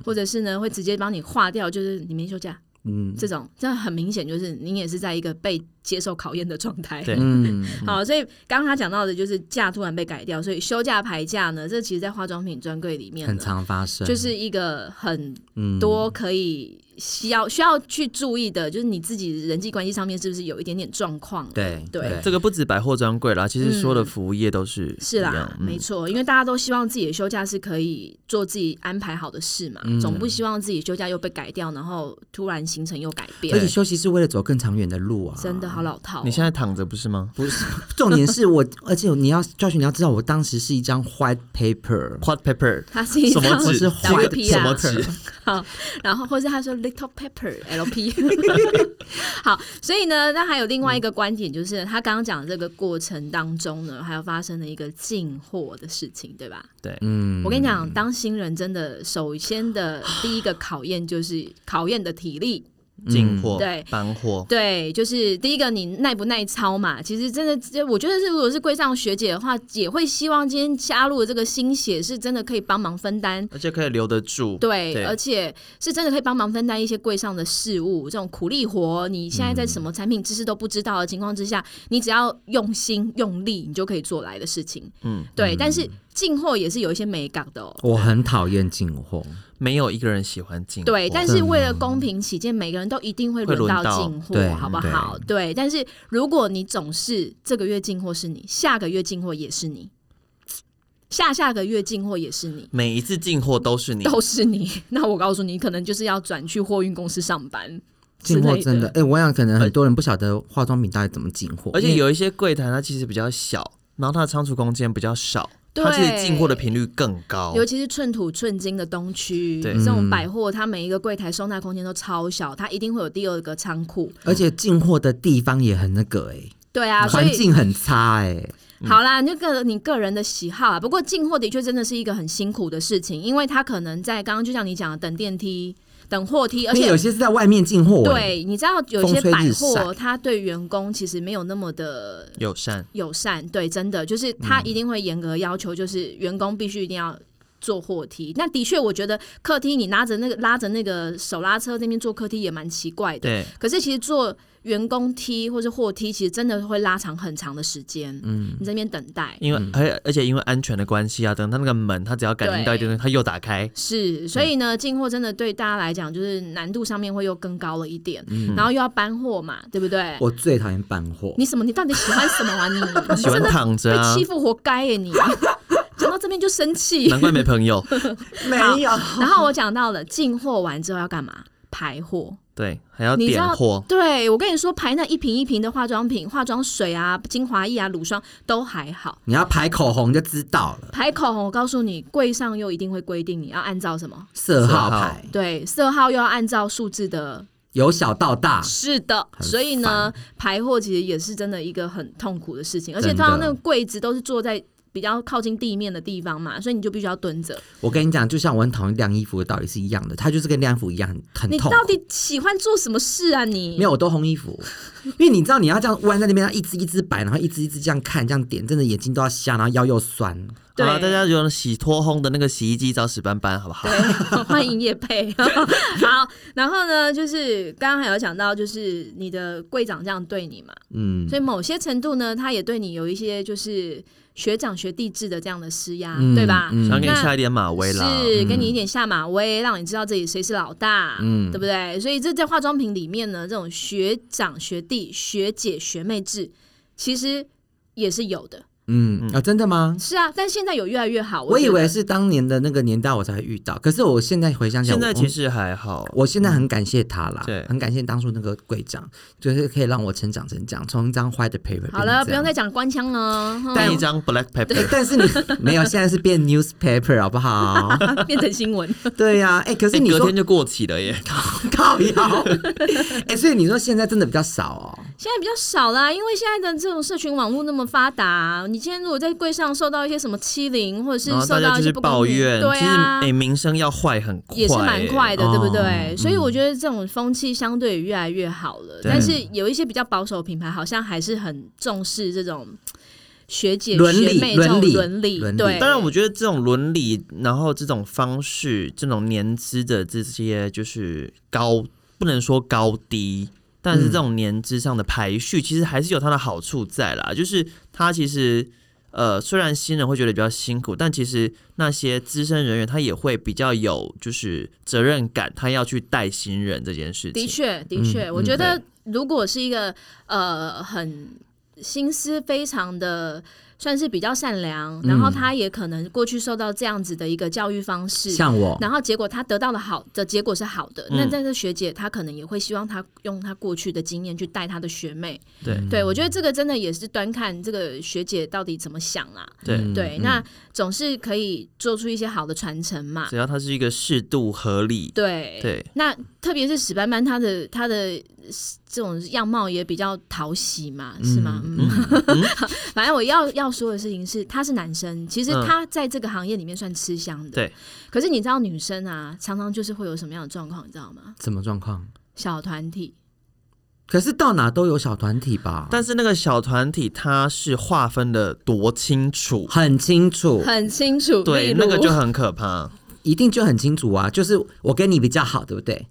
Speaker 3: 或者是呢会直接帮你划掉，就是你没休假
Speaker 2: 嗯
Speaker 3: 这种，这很明显就是你也是在一个被接受考验的状态。
Speaker 4: 对
Speaker 2: 嗯，
Speaker 3: 好，所以刚刚他讲到的就是假突然被改掉，所以休假排假呢，这其实在化妆品专柜里面
Speaker 2: 很
Speaker 3: 呢
Speaker 2: 常发生，
Speaker 3: 就是一个很
Speaker 2: 嗯
Speaker 3: 多可以需要
Speaker 4: 嗯
Speaker 3: 需要去注意的，就是你自己人际关系上面是不是有一点点状况？，
Speaker 2: 对
Speaker 3: 对嗯
Speaker 4: 这个不止百货专柜啦，其实说的服务业都是
Speaker 3: 是
Speaker 4: 一
Speaker 3: 啦
Speaker 4: 样，嗯
Speaker 3: 没。错，因为大家都希望自己的休假是可以做自己安排好的事嘛，
Speaker 4: 嗯
Speaker 3: 总不希望自己休假又被改掉，然后突然行程又改
Speaker 2: 而
Speaker 3: 变
Speaker 2: 且，休息是为了走更长远的路啊！
Speaker 3: 真的好老套哦、
Speaker 4: 你现在躺着不是吗
Speaker 2: 不是 重点是我，而且你要教学，你要知道，我当时是一张 white paper，
Speaker 4: ？Hot pepper，
Speaker 3: 他是一
Speaker 4: 什么
Speaker 3: 张
Speaker 4: 纸？
Speaker 2: 是
Speaker 3: WP
Speaker 4: 什么
Speaker 3: 啦，
Speaker 4: 纸？
Speaker 3: 然后或是他说 little pepper LP，好，所以呢，那还有另外一个观点就是，他刚刚讲的这个过程当中呢，还有发生了一个进货的事情，对吧？
Speaker 4: 对，
Speaker 2: 嗯，
Speaker 3: 我跟你讲，当新人真的首先的第一个考验就是考验的体力，
Speaker 4: 进货、
Speaker 3: 嗯对
Speaker 4: 搬货，
Speaker 3: 对，就是第一个你耐不耐操嘛。其实真的，这我觉得是如果是柜上学姐的话，也会希望今天加入的这个新血是真的可以帮忙分担
Speaker 4: 而且可以留得住。
Speaker 3: 对，
Speaker 4: 对
Speaker 3: 而且是真的可以帮忙分担一些柜上的事务，这种苦力活，你现在在什么产品知识都不知道的情况之下，你只要用心用力，你就可以做来的事情。
Speaker 4: 嗯，
Speaker 3: 对。但是进货也是有一些美感的哦。
Speaker 2: 我很讨厌进货，
Speaker 4: 没有一个人喜欢
Speaker 2: 嗯
Speaker 4: 进货。
Speaker 3: 对，但是为了公平起见，每个人都一定会
Speaker 4: 会
Speaker 3: 轮
Speaker 4: 轮
Speaker 3: 到
Speaker 4: 到
Speaker 3: 进货
Speaker 2: 对，
Speaker 3: 好不好？对，但是如果你总是这个月进货是你，下个月进货也是你，下下个月进货也是你，
Speaker 4: 每一次进货都是你，
Speaker 3: 都是你，那我告诉你，可能就是要转去货运公司上班。
Speaker 2: 进货真的，哎、我想可能
Speaker 4: 而
Speaker 2: 很多人不晓得化妆品到底怎么进货，
Speaker 4: 而且
Speaker 2: 因为
Speaker 4: 有一些柜台它其实比较小，然后它的仓储空间比较少，它其实
Speaker 3: 对
Speaker 4: 进货的频率更
Speaker 2: 哦
Speaker 4: 高。
Speaker 3: 尤其是寸土寸金的东区，
Speaker 4: 对
Speaker 3: 这种
Speaker 2: 嗯
Speaker 3: 百货，它每一个柜台收纳空间都超小，它一定会有第二个仓库。
Speaker 2: 而且进货的地方也很那个哎、
Speaker 3: 对啊，所
Speaker 2: 环
Speaker 3: 以
Speaker 2: 境很差哎、
Speaker 3: 好啦，那个你个人的喜好啊。不过进货的确真的是一个很辛苦的事情，因为它可能在刚刚就像你讲的，等电梯、等货梯，而
Speaker 2: 因为
Speaker 3: 且
Speaker 2: 有些是在外面进货、欸，，
Speaker 3: 对，你知道有些
Speaker 2: 风吹日
Speaker 3: 百
Speaker 2: 晒
Speaker 3: 货它对员工其实没有那么的
Speaker 4: 友善，
Speaker 3: 友善，对，真的就是
Speaker 2: 嗯
Speaker 3: 他一定会严格要求，就是员工必须一定要坐货梯。那的确，我觉得客梯你拿着那个拉着那个手拉车那边坐客梯也蛮奇怪的。
Speaker 4: 对，
Speaker 3: 可是其实坐员工梯或是货梯，其实真的会拉长很长的时间。嗯，你在那边等待。
Speaker 4: 因为而且而且因为安全的关系啊，等它那个门，它只要感应到一
Speaker 3: 对
Speaker 4: 点东西，它又打开。
Speaker 3: 是，所
Speaker 4: 嗯
Speaker 3: 以呢，进货真的对大家来讲，就是难度上面会又更高了一点，
Speaker 4: 嗯
Speaker 3: 然后又要搬货嘛，对不对？
Speaker 2: 我最讨厌搬货。
Speaker 3: 你什么？你到底喜欢什么啊？你 你
Speaker 4: 喜欢
Speaker 3: 真的
Speaker 4: 躺着
Speaker 3: 被
Speaker 4: 啊
Speaker 3: 欺，负活该耶！你讲到这边就生气，
Speaker 4: 难怪没朋 友。
Speaker 2: 没有，
Speaker 3: 然后我讲到了进货完之后要干嘛？排货，
Speaker 4: 对，还要
Speaker 3: 你知
Speaker 4: 点
Speaker 3: 道
Speaker 4: 货？，
Speaker 3: 对我跟你说，排那一瓶一瓶的化妆品、化妆水啊、精华液啊、乳霜都还好。
Speaker 2: 你要排口红就知道了，
Speaker 3: 排口红，我告诉你，柜上又一定会规定你要按照什么？
Speaker 4: 色
Speaker 2: 色
Speaker 4: 号
Speaker 2: 号牌
Speaker 3: 对，色号又要按照数字的。
Speaker 2: 由小到大，
Speaker 3: 是的，
Speaker 2: 很
Speaker 3: 所以呢，排货其实也是真的一个很痛苦的事情，而且
Speaker 2: 真
Speaker 3: 通
Speaker 2: 的
Speaker 3: 常那个柜子都是坐在比较靠近地面的地方嘛，所以你就必须要蹲着。
Speaker 2: 我跟你讲，就像我很讨厌晾衣服的道理是一样的，它就是跟晾衣服一样很很
Speaker 3: 你
Speaker 2: 痛苦。
Speaker 3: 到底喜欢做什么事啊你？
Speaker 2: 没有，我都烘 衣服，因为你知道你要这样弯在那边，它一只一只摆，然后一只一只这样看，这样点，真的眼睛都要瞎，然后腰又酸。
Speaker 3: 对
Speaker 4: 啊，大家有洗脱烘的那个洗衣机找史斑斑，好不好？
Speaker 3: 对， 欢迎叶 佩。好，然后呢，就是刚刚还有讲到，就是你的柜长这样对你嘛，
Speaker 2: 嗯
Speaker 3: 所以某些程度呢，他也对你有一些就是学长学弟制的这样的施压，
Speaker 2: 嗯
Speaker 3: 对吧？
Speaker 2: 嗯
Speaker 4: 想给你
Speaker 3: 那
Speaker 4: 下一点马威啦。嗯
Speaker 3: 是给你一点下马威，让你知道自己谁是老大，
Speaker 2: 嗯
Speaker 3: 对不对？所以这在化妆品里面呢，这种学长、学弟、学姐、学妹制，其实也是有的。
Speaker 2: 嗯啊，真的吗？
Speaker 3: 是啊，但现在有越来越好。
Speaker 2: 我以
Speaker 3: 觉得
Speaker 2: 为是当年的那个年代我才会遇到，可是我现在回想起
Speaker 4: 嗯
Speaker 2: 来，
Speaker 4: 现在
Speaker 2: 我
Speaker 4: 其实还好，
Speaker 2: 我现在很感谢他啦，
Speaker 4: 对
Speaker 2: 很感谢当初那个柜长，就是可以让我成长成这样，从一张坏的 paper
Speaker 3: 好了，
Speaker 2: 变成
Speaker 3: 不
Speaker 2: 这样
Speaker 3: 用再讲官腔了，哼
Speaker 4: 带一张 black
Speaker 2: 哎
Speaker 4: pepper。
Speaker 2: 但 是你没有，现在是变 newspaper 好不好？
Speaker 3: 变成新闻。
Speaker 2: 对呀、哎、可是
Speaker 4: 哎
Speaker 2: 你
Speaker 4: 隔
Speaker 2: 说
Speaker 4: 天就过期了耶，
Speaker 2: 靠腰，哎、所以你说现在真的比较少哦。
Speaker 3: 现在比较少啦，因为现在的这种社群网络那么发达，你今天如果在柜上受到一些什么欺凌，或者是
Speaker 4: 然后
Speaker 3: 受
Speaker 4: 大
Speaker 3: 到
Speaker 4: 家
Speaker 3: 啊一
Speaker 4: 就
Speaker 3: 些
Speaker 4: 是
Speaker 3: 不公
Speaker 4: 抱
Speaker 3: 平，
Speaker 4: 怨，
Speaker 3: 对
Speaker 4: 其实
Speaker 3: 啊，
Speaker 4: 哎，名声要坏很快耶，欸
Speaker 3: 也是蛮快的，对不
Speaker 2: 哦
Speaker 3: 对？所以我觉得这种风气相对也越来越好了，
Speaker 4: 对
Speaker 3: 但是有一些比较保守的品牌好像还是很重视这种学姐
Speaker 2: 伦理
Speaker 3: 学妹这种
Speaker 2: 伦理
Speaker 3: 伦理，
Speaker 2: 伦理
Speaker 3: 对，
Speaker 4: 当然，我觉得这种伦理，然后这种方式，这种年资的这些，就是高，不能说高低，但是这种年资上的排序，其实还是有它的好处在啦。就是它其实，呃，虽然新人会觉得比较辛苦，但其实那些资深人员他也会比较有就是责任感，他要去带新人这件事
Speaker 3: 的
Speaker 4: 情。
Speaker 3: 确，的确，
Speaker 2: 嗯
Speaker 3: 我觉得如果是一个呃很心思非常的，算是比较善
Speaker 2: 嗯
Speaker 3: 良，然后他也可能过去受到这样子的一个教育方式。
Speaker 2: 像我，
Speaker 3: 然后结果他得到了好的结果是好的，
Speaker 4: 嗯
Speaker 3: 那但是学姐她可能也会希望她用她过去的经验去带她的学妹，
Speaker 4: 对
Speaker 2: 嗯
Speaker 3: 对我觉得这个真的也是端看这个学姐到底怎么想啦、
Speaker 4: 对，
Speaker 3: 对，那总是可以做出一些好的传承嘛，
Speaker 4: 只要它是一个适度合理，
Speaker 3: 对
Speaker 4: 对，
Speaker 3: 那特别是史斑斑，他的他的呃这种样貌也比较讨喜嘛，是吗？嗯，反正我要要说的事情是，他是男生，其实
Speaker 4: 嗯
Speaker 3: 他在这个行业里面算吃香的。
Speaker 4: 对。
Speaker 3: 可是你知道，女生啊，常常就是会有什么样的状况，你知道吗？
Speaker 2: 什么状况？
Speaker 3: 小团体，
Speaker 2: 可是到哪都有小团体吧，
Speaker 4: 但是那个小团体它是划分的多清楚，
Speaker 2: 很清楚，
Speaker 3: 很清楚，
Speaker 4: 对，
Speaker 3: 例
Speaker 4: 那
Speaker 3: 如
Speaker 4: 个就很可怕。
Speaker 2: 一定就很清楚啊。就是我跟你比较好，对不对？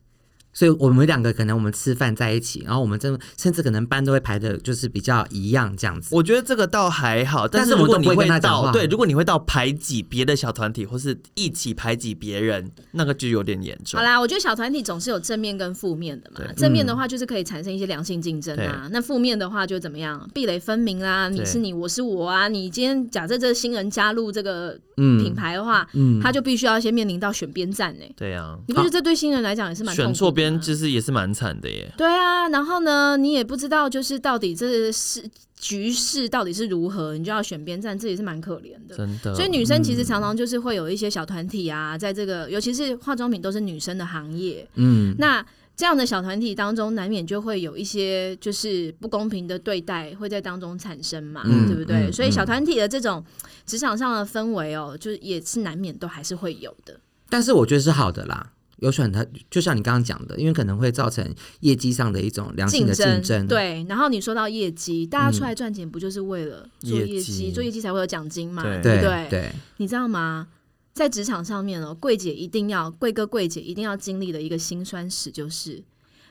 Speaker 2: 所以我们两个可能我们吃饭在一起，然后我们真甚至可能班都会排的，就是比较一样这样子。
Speaker 4: 我觉得这个倒还好，
Speaker 2: 但是
Speaker 4: 是如
Speaker 2: 我
Speaker 4: 果
Speaker 2: 们
Speaker 4: 你
Speaker 2: 都不
Speaker 4: 会
Speaker 2: 会跟他讲话
Speaker 4: 到对，如果你会到排挤别的小团体，或是一起排挤别人，那个就有点严重
Speaker 3: 好。啦，我觉得小团体总是有正面跟负面的嘛
Speaker 4: 对。嗯
Speaker 3: 正面的话就是可以产生一些良性竞争啊，那负面的话就怎么样，壁垒分明啦，你
Speaker 4: 对
Speaker 3: 是你，我是我啊。你今天假设这新人加入这个
Speaker 2: 嗯
Speaker 3: 品牌的话，他就必须要先面临到选边站呢、
Speaker 4: 对呀、
Speaker 3: 你不觉得这对新人来讲也是蛮痛苦
Speaker 4: 选
Speaker 3: 的啊
Speaker 4: 错
Speaker 3: 吗
Speaker 4: 边就是也是蛮惨的耶。
Speaker 3: 对啊，然后呢，你也不知道就是到底这是局势到底是如何，你就要选边站，这也是蛮可怜的。
Speaker 4: 真
Speaker 2: 嗯
Speaker 4: 的。
Speaker 3: 所以女生其实常常就是会有一些小团体啊，在这个尤其是化妆品都是女生的行业，
Speaker 2: 嗯，
Speaker 3: 那这样的小团体当中，难免就会有一些就是不公平的对待会在当中产生嘛，
Speaker 2: 嗯
Speaker 3: 对不对？
Speaker 2: 嗯
Speaker 3: 所以小
Speaker 2: 嗯
Speaker 3: 团体的这种职场上的氛围哦，就是也是难免都还是会有的。
Speaker 2: 但是我觉得是好的啦。有选它，就像你刚刚讲的，因为可能会造成业绩上的一种良性的竞
Speaker 3: 争
Speaker 2: 争。，嗯
Speaker 3: 对，然后你说到业绩，大家出来赚钱不就是为了做
Speaker 4: 业
Speaker 3: 业绩，
Speaker 4: 绩
Speaker 3: 做业绩才会有奖金嘛，
Speaker 4: 对
Speaker 3: 对不
Speaker 2: 对对，
Speaker 3: 你知道吗？在职场上面哦，柜姐一定要，柜哥柜姐一定要经历的一个辛酸史，就是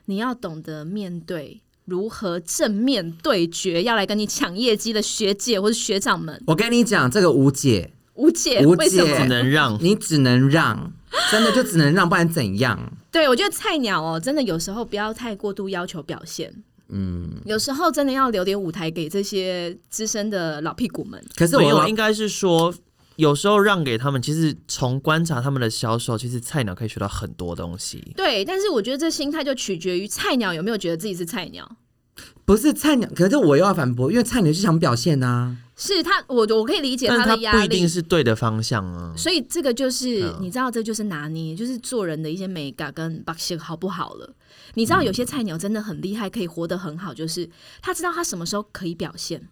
Speaker 3: 你要懂得面对如何正面对决要来跟你抢业绩的学姐或者学长们。
Speaker 2: 我跟你讲，这个无解，
Speaker 3: 吴姐，
Speaker 2: 吴
Speaker 3: 为什
Speaker 2: 姐
Speaker 4: 只
Speaker 3: 么？
Speaker 4: 能让啊
Speaker 2: 你只能让，真的就只能让，不然怎样？
Speaker 3: 对我觉得菜鸟哦，真的有时候不要太过度要求表现，
Speaker 2: 嗯，
Speaker 3: 有时候真的要留点舞台给这些资深的老屁股们。
Speaker 2: 可是
Speaker 4: 没
Speaker 2: 我
Speaker 4: 有，
Speaker 2: 老
Speaker 4: 应该是说。有时候让给他们，其实从观察他们的销售，其实菜鸟可以学到很多东西。
Speaker 3: 对，但是我觉得这心态就取决于菜鸟有没有觉得自己是菜鸟。
Speaker 2: 不是菜鸟，可是我又要反驳，因为菜鸟是想表现啊。
Speaker 3: 是他，我我可以理解
Speaker 4: 但是
Speaker 3: 的
Speaker 4: 它
Speaker 3: 压力，
Speaker 4: 不一定是对的方向啊。
Speaker 3: 所以这个就是、
Speaker 4: 嗯
Speaker 3: 你知道，这就是拿捏，就是做人的一些美感跟把戏好不好了。你知道
Speaker 4: 嗯
Speaker 3: 有些菜鸟真的很厉害，可以活得很好，就是他知道他什么时候可以表现，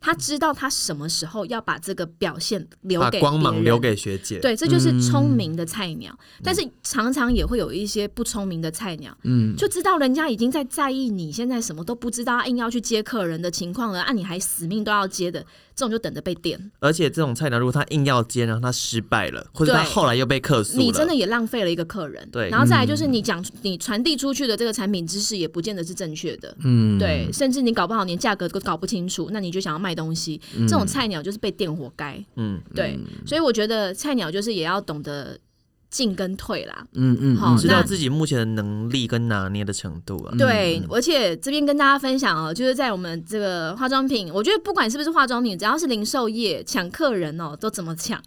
Speaker 3: 他知道他什么时候要把这个表现留
Speaker 4: 把
Speaker 3: 给
Speaker 4: 光
Speaker 3: 别
Speaker 4: 芒
Speaker 3: 人
Speaker 4: 留。给嗯学姐。，
Speaker 3: 对，这就是聪明的菜鸟，但是常常也会有一些不聪明的菜鸟，
Speaker 2: 嗯，
Speaker 3: 就知道人家已经在在意你现在什么都不知道，硬要去接客人的情况了，啊，你还死命都要接的，这种就等着被电。
Speaker 4: 而且这种菜鸟，如果他硬要接，然后他失败了，或者
Speaker 3: 对
Speaker 4: 他后来又被客诉了，
Speaker 3: 你真的也浪费了一个客人。
Speaker 4: 对
Speaker 3: 然后再来就是你讲、你传递出去的这个产品知识也不见得是正确的。
Speaker 2: 嗯，
Speaker 3: 对，甚至你搞不好连价格都搞不清楚，那你就想要卖东西，这种菜鸟就是被电活该。
Speaker 4: 嗯，
Speaker 3: 对，所以我觉得菜鸟就是也要懂得进跟退啦。
Speaker 2: 嗯嗯，
Speaker 3: 好
Speaker 2: 嗯
Speaker 4: 知道
Speaker 3: 那
Speaker 4: 自己目前的能力跟拿捏的程度啊。
Speaker 3: 对，而且这边跟大家分享哦，就是在我们这个化妆品，我觉得不管是不是化妆品，只要是零售业抢客人哦，都怎么抢？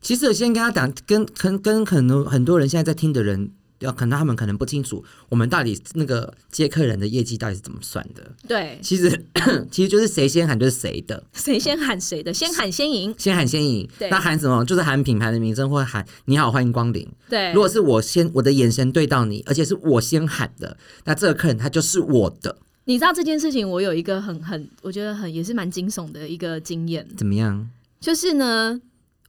Speaker 2: 其实我先跟他讲，跟跟跟很多很多人现在在听的人，要可能他们可能不清楚，我们到底那个接客人的业绩到底是怎么算的。
Speaker 3: 对，
Speaker 2: 其实 其实就是谁先喊就是谁的，
Speaker 3: 谁先喊谁的，先喊先赢。
Speaker 2: 先喊先赢
Speaker 3: 对。
Speaker 2: 那喊什么？就是喊品牌的名称，或者喊你好，欢迎光临。
Speaker 3: 对，
Speaker 2: 如果是我先我的眼神对到你，而且是我先喊的，那这个客人他就是我的，
Speaker 3: 你知道这件事情，我有一个很很，我觉得很也是蛮惊悚的一个经验，
Speaker 2: 怎么样？
Speaker 3: 就是呢，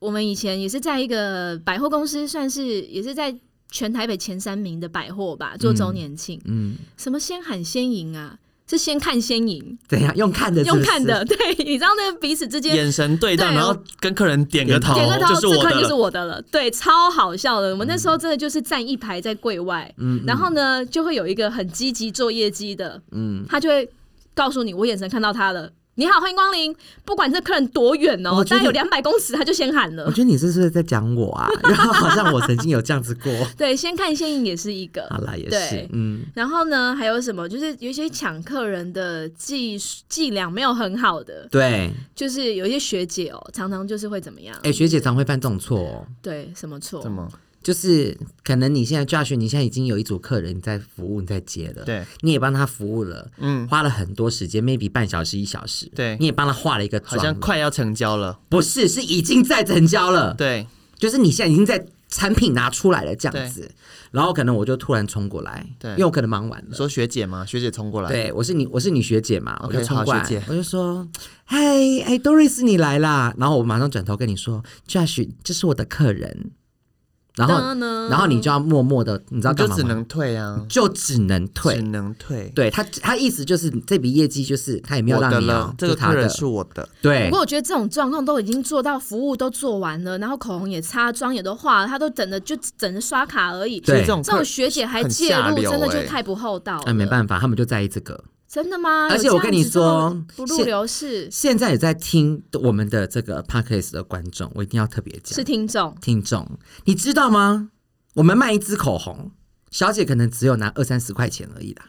Speaker 3: 我们以前也是在一个百货公司，算是也是在全台北前三名的百货吧，做周年庆，
Speaker 2: 嗯，
Speaker 3: 什么先喊先赢啊，是先看先赢，啊
Speaker 2: 怎样？用看的嗯是不
Speaker 3: 用
Speaker 2: 是
Speaker 3: 看的， 对，你知道那个彼此之间
Speaker 4: 眼神对到，
Speaker 3: 对
Speaker 4: 然后跟客人点个头，
Speaker 3: 点个头，
Speaker 4: 就是我
Speaker 3: 这块就是
Speaker 4: 的。
Speaker 3: 我的了，对，超好笑的。我们那时候真的就是站一排在柜外，
Speaker 2: 嗯
Speaker 3: 然后呢就会有一个很积极做业绩的，嗯，他就会告诉你，我眼神看到他了。你好，欢迎光临。不管这客人多远哦，
Speaker 2: 我觉
Speaker 3: 大
Speaker 2: 得
Speaker 3: 概有两百公尺，他就先喊
Speaker 2: 我
Speaker 3: 了。
Speaker 2: 觉得你是不是在讲我啊？ 然后好像我曾经有这样子过。
Speaker 3: 对，先看先赢也是一个
Speaker 2: 好。啦，也
Speaker 3: 对
Speaker 2: 是，嗯，
Speaker 3: 然后呢，还有什么？就是有一些抢客人的技术伎俩没有很好的，
Speaker 2: 对。
Speaker 3: 就是有一些学姐哦，常常就是会怎么样？
Speaker 2: 哎、学姐常会犯这种错、哦，
Speaker 3: 对，什么错？
Speaker 4: 怎么？
Speaker 2: 就是可能你现在 Josh，你现在已经有一组客人你在服务，你在接了，
Speaker 4: 对，
Speaker 2: 你也帮他服务了，
Speaker 4: 嗯，
Speaker 2: 花了很多时间，maybe 半小时一小时，
Speaker 4: 对
Speaker 2: 你也帮他化了一个
Speaker 4: 好
Speaker 2: 妆，
Speaker 4: 像快要成交了。
Speaker 2: 不是，是已经在成交了，，
Speaker 4: 对，
Speaker 2: 就是你现在已经在产品拿出来了这样
Speaker 4: 对
Speaker 2: 子，然后可能我就突然冲过来，
Speaker 4: 对
Speaker 2: 因为我可能忙完
Speaker 4: 你
Speaker 2: 了。
Speaker 4: 说学姐吗？学姐冲过来。，
Speaker 2: 对，我是你，我是你学姐嘛，我
Speaker 4: OK，
Speaker 2: 就冲过来
Speaker 4: 好学姐
Speaker 2: 我就说，嗨，哎，Doris，你来啦！然后我马上转头跟你说，Josh，这是我的客人。然后
Speaker 3: 噔噔
Speaker 2: 然后你就要默默的，你知道
Speaker 4: 你就
Speaker 2: 干嘛
Speaker 4: 只
Speaker 2: 吗
Speaker 4: 能退啊，
Speaker 2: 就只能
Speaker 4: 只
Speaker 2: 退。
Speaker 4: 能退。
Speaker 2: 对他，他意思就是这笔业绩就是他也没有
Speaker 4: 我的
Speaker 2: 让你
Speaker 4: 了
Speaker 2: 要，，
Speaker 4: 这个
Speaker 2: 就他
Speaker 4: 客人
Speaker 2: 的
Speaker 4: 是我的。
Speaker 2: 对
Speaker 3: 不过我觉得这种状况都已经做到服务都做完了，然后口红也擦，妆也都化了，他都等着就等着刷卡而已。
Speaker 2: 对
Speaker 4: 所以这种
Speaker 3: 这种
Speaker 4: 客
Speaker 3: 学姐还
Speaker 4: 很
Speaker 3: 介
Speaker 4: 下
Speaker 3: 入，
Speaker 4: 流
Speaker 3: 真的就
Speaker 4: 欸
Speaker 3: 太不厚道了。
Speaker 2: 那哎没办法，他们就在意这个。
Speaker 3: 真的吗？
Speaker 2: 而且
Speaker 3: 有
Speaker 2: 我
Speaker 3: 这样
Speaker 2: 跟你
Speaker 3: 子这么
Speaker 2: 说
Speaker 3: 不入
Speaker 2: 现
Speaker 3: 流是
Speaker 2: 现在也在听我们的这个 podcast 的观众，我一定要特别讲
Speaker 3: 是，听众，
Speaker 2: 听众，你知道吗？我们卖一支口红，小姐可能只有拿二三十块钱而已 啦。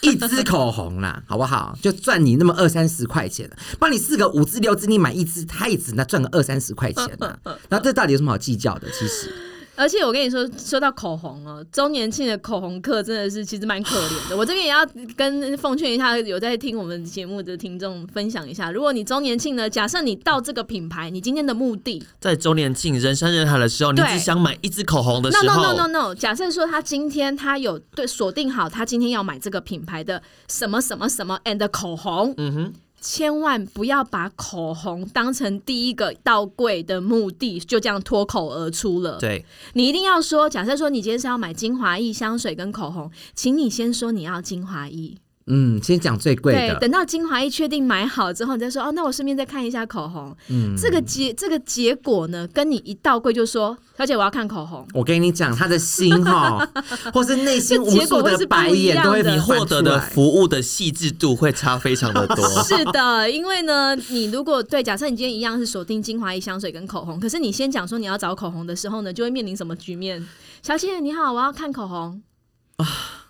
Speaker 2: 一支口红啦，好不好？就赚你那么二三十块钱，啊帮你四个五 啊支六支，你买一支，她也只那赚个二三十块钱呢、那这到底有什么好计较的？其实，
Speaker 3: 而且我跟你说，说到口红哦，周年庆的口红课真的是其实蛮可怜的。我这边也要跟奉劝一下有在听我们节目的听众分享一下，如果你周年庆呢，假设你到这个品牌，你今天的目的
Speaker 4: 在周年庆人山人海的时候，你
Speaker 3: 对
Speaker 4: 只想买一支口红的时
Speaker 3: ，no
Speaker 4: 候
Speaker 3: no no no no，假设说他今天他有对锁定好他今天要买这个品牌的什么什么什么 and 口红，
Speaker 4: 嗯哼，
Speaker 3: 千万不要把口红当成第一个到柜的目的，就这样脱口而出了。
Speaker 4: 对，
Speaker 3: 你一定要说，假设说你今天是要买精华液、香水跟口红，请你先说你要精华液。
Speaker 2: 嗯，先讲最贵的，
Speaker 3: 等到精华液确定买好之后，你再说哦，那我顺便再看一下口红。
Speaker 2: 嗯，
Speaker 3: 这个结这个结果呢，跟你一到柜就说，小姐我要看口红，
Speaker 2: 我跟你讲，他的心 哈，或是内心无数白眼都会
Speaker 3: 这
Speaker 4: 你
Speaker 3: 结
Speaker 4: 获得的
Speaker 2: 翻出来
Speaker 4: 服务的细致度会差非常的 多。
Speaker 3: 是的，因为呢，你如果对，假设你今天一样是锁定精华液、香水跟口红，可是你先讲说你要找口红的时候呢，就会面临什么局面？小姐你好，我要看口红。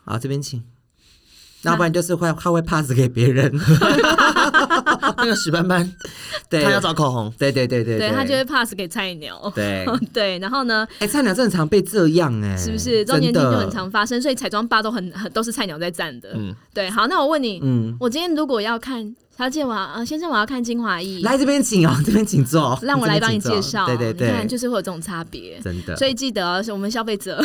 Speaker 2: 好，这边请。要不然就是会他会 pass 给别人，
Speaker 4: 那个史斑斑，
Speaker 2: 对，
Speaker 4: 他要找口红，
Speaker 2: 对，对对对
Speaker 3: 啊对他就会 pass 给菜鸟。
Speaker 2: 对。
Speaker 3: 对，然后呢，
Speaker 2: 哎，菜鸟正常被这样哎，
Speaker 3: 是不是周年庆
Speaker 2: 真的
Speaker 3: 就很常发生？所以彩妆吧都很很都是菜鸟在站的。
Speaker 4: 嗯
Speaker 3: 对，好，那我问你，
Speaker 2: 嗯，
Speaker 3: 我今天如果要看小姐我要呃先生我要看精华液，
Speaker 2: 来这边请哦，这边请坐，
Speaker 3: 让我来帮你
Speaker 2: 这边
Speaker 3: 介
Speaker 2: 请
Speaker 3: 绍。啊
Speaker 2: 坐对对
Speaker 3: 你看就
Speaker 2: 对，
Speaker 3: 是会有这种差别。
Speaker 2: 真的。
Speaker 3: 所以记得哦、是我们消 费者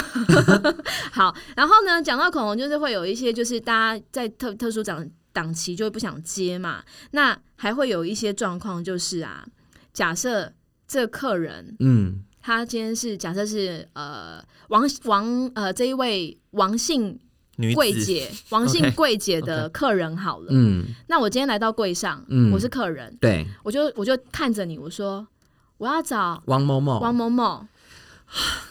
Speaker 3: 好。然后呢，讲到口红，就是会有一些，就是大家在特特殊档档期就会不想接嘛。那还会有一些状况，就是啊，假设这客人
Speaker 2: 嗯，
Speaker 3: 他今天是假设是呃王王呃这一位王姓
Speaker 4: 女
Speaker 3: 柜
Speaker 4: 子，
Speaker 3: 姐，王姓
Speaker 4: OK，
Speaker 3: 柜姐的客人好了。
Speaker 2: 嗯，
Speaker 3: 那我今天来到柜上，
Speaker 2: 嗯
Speaker 3: 我是客人，
Speaker 2: 对，
Speaker 3: 我就我就看着你，我说我要找
Speaker 2: 王某
Speaker 4: 哦
Speaker 2: 某，
Speaker 3: 王某某，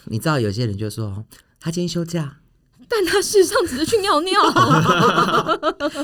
Speaker 2: 你知道有些人就说他今天休假，
Speaker 3: 但他事实上只是去 尿尿。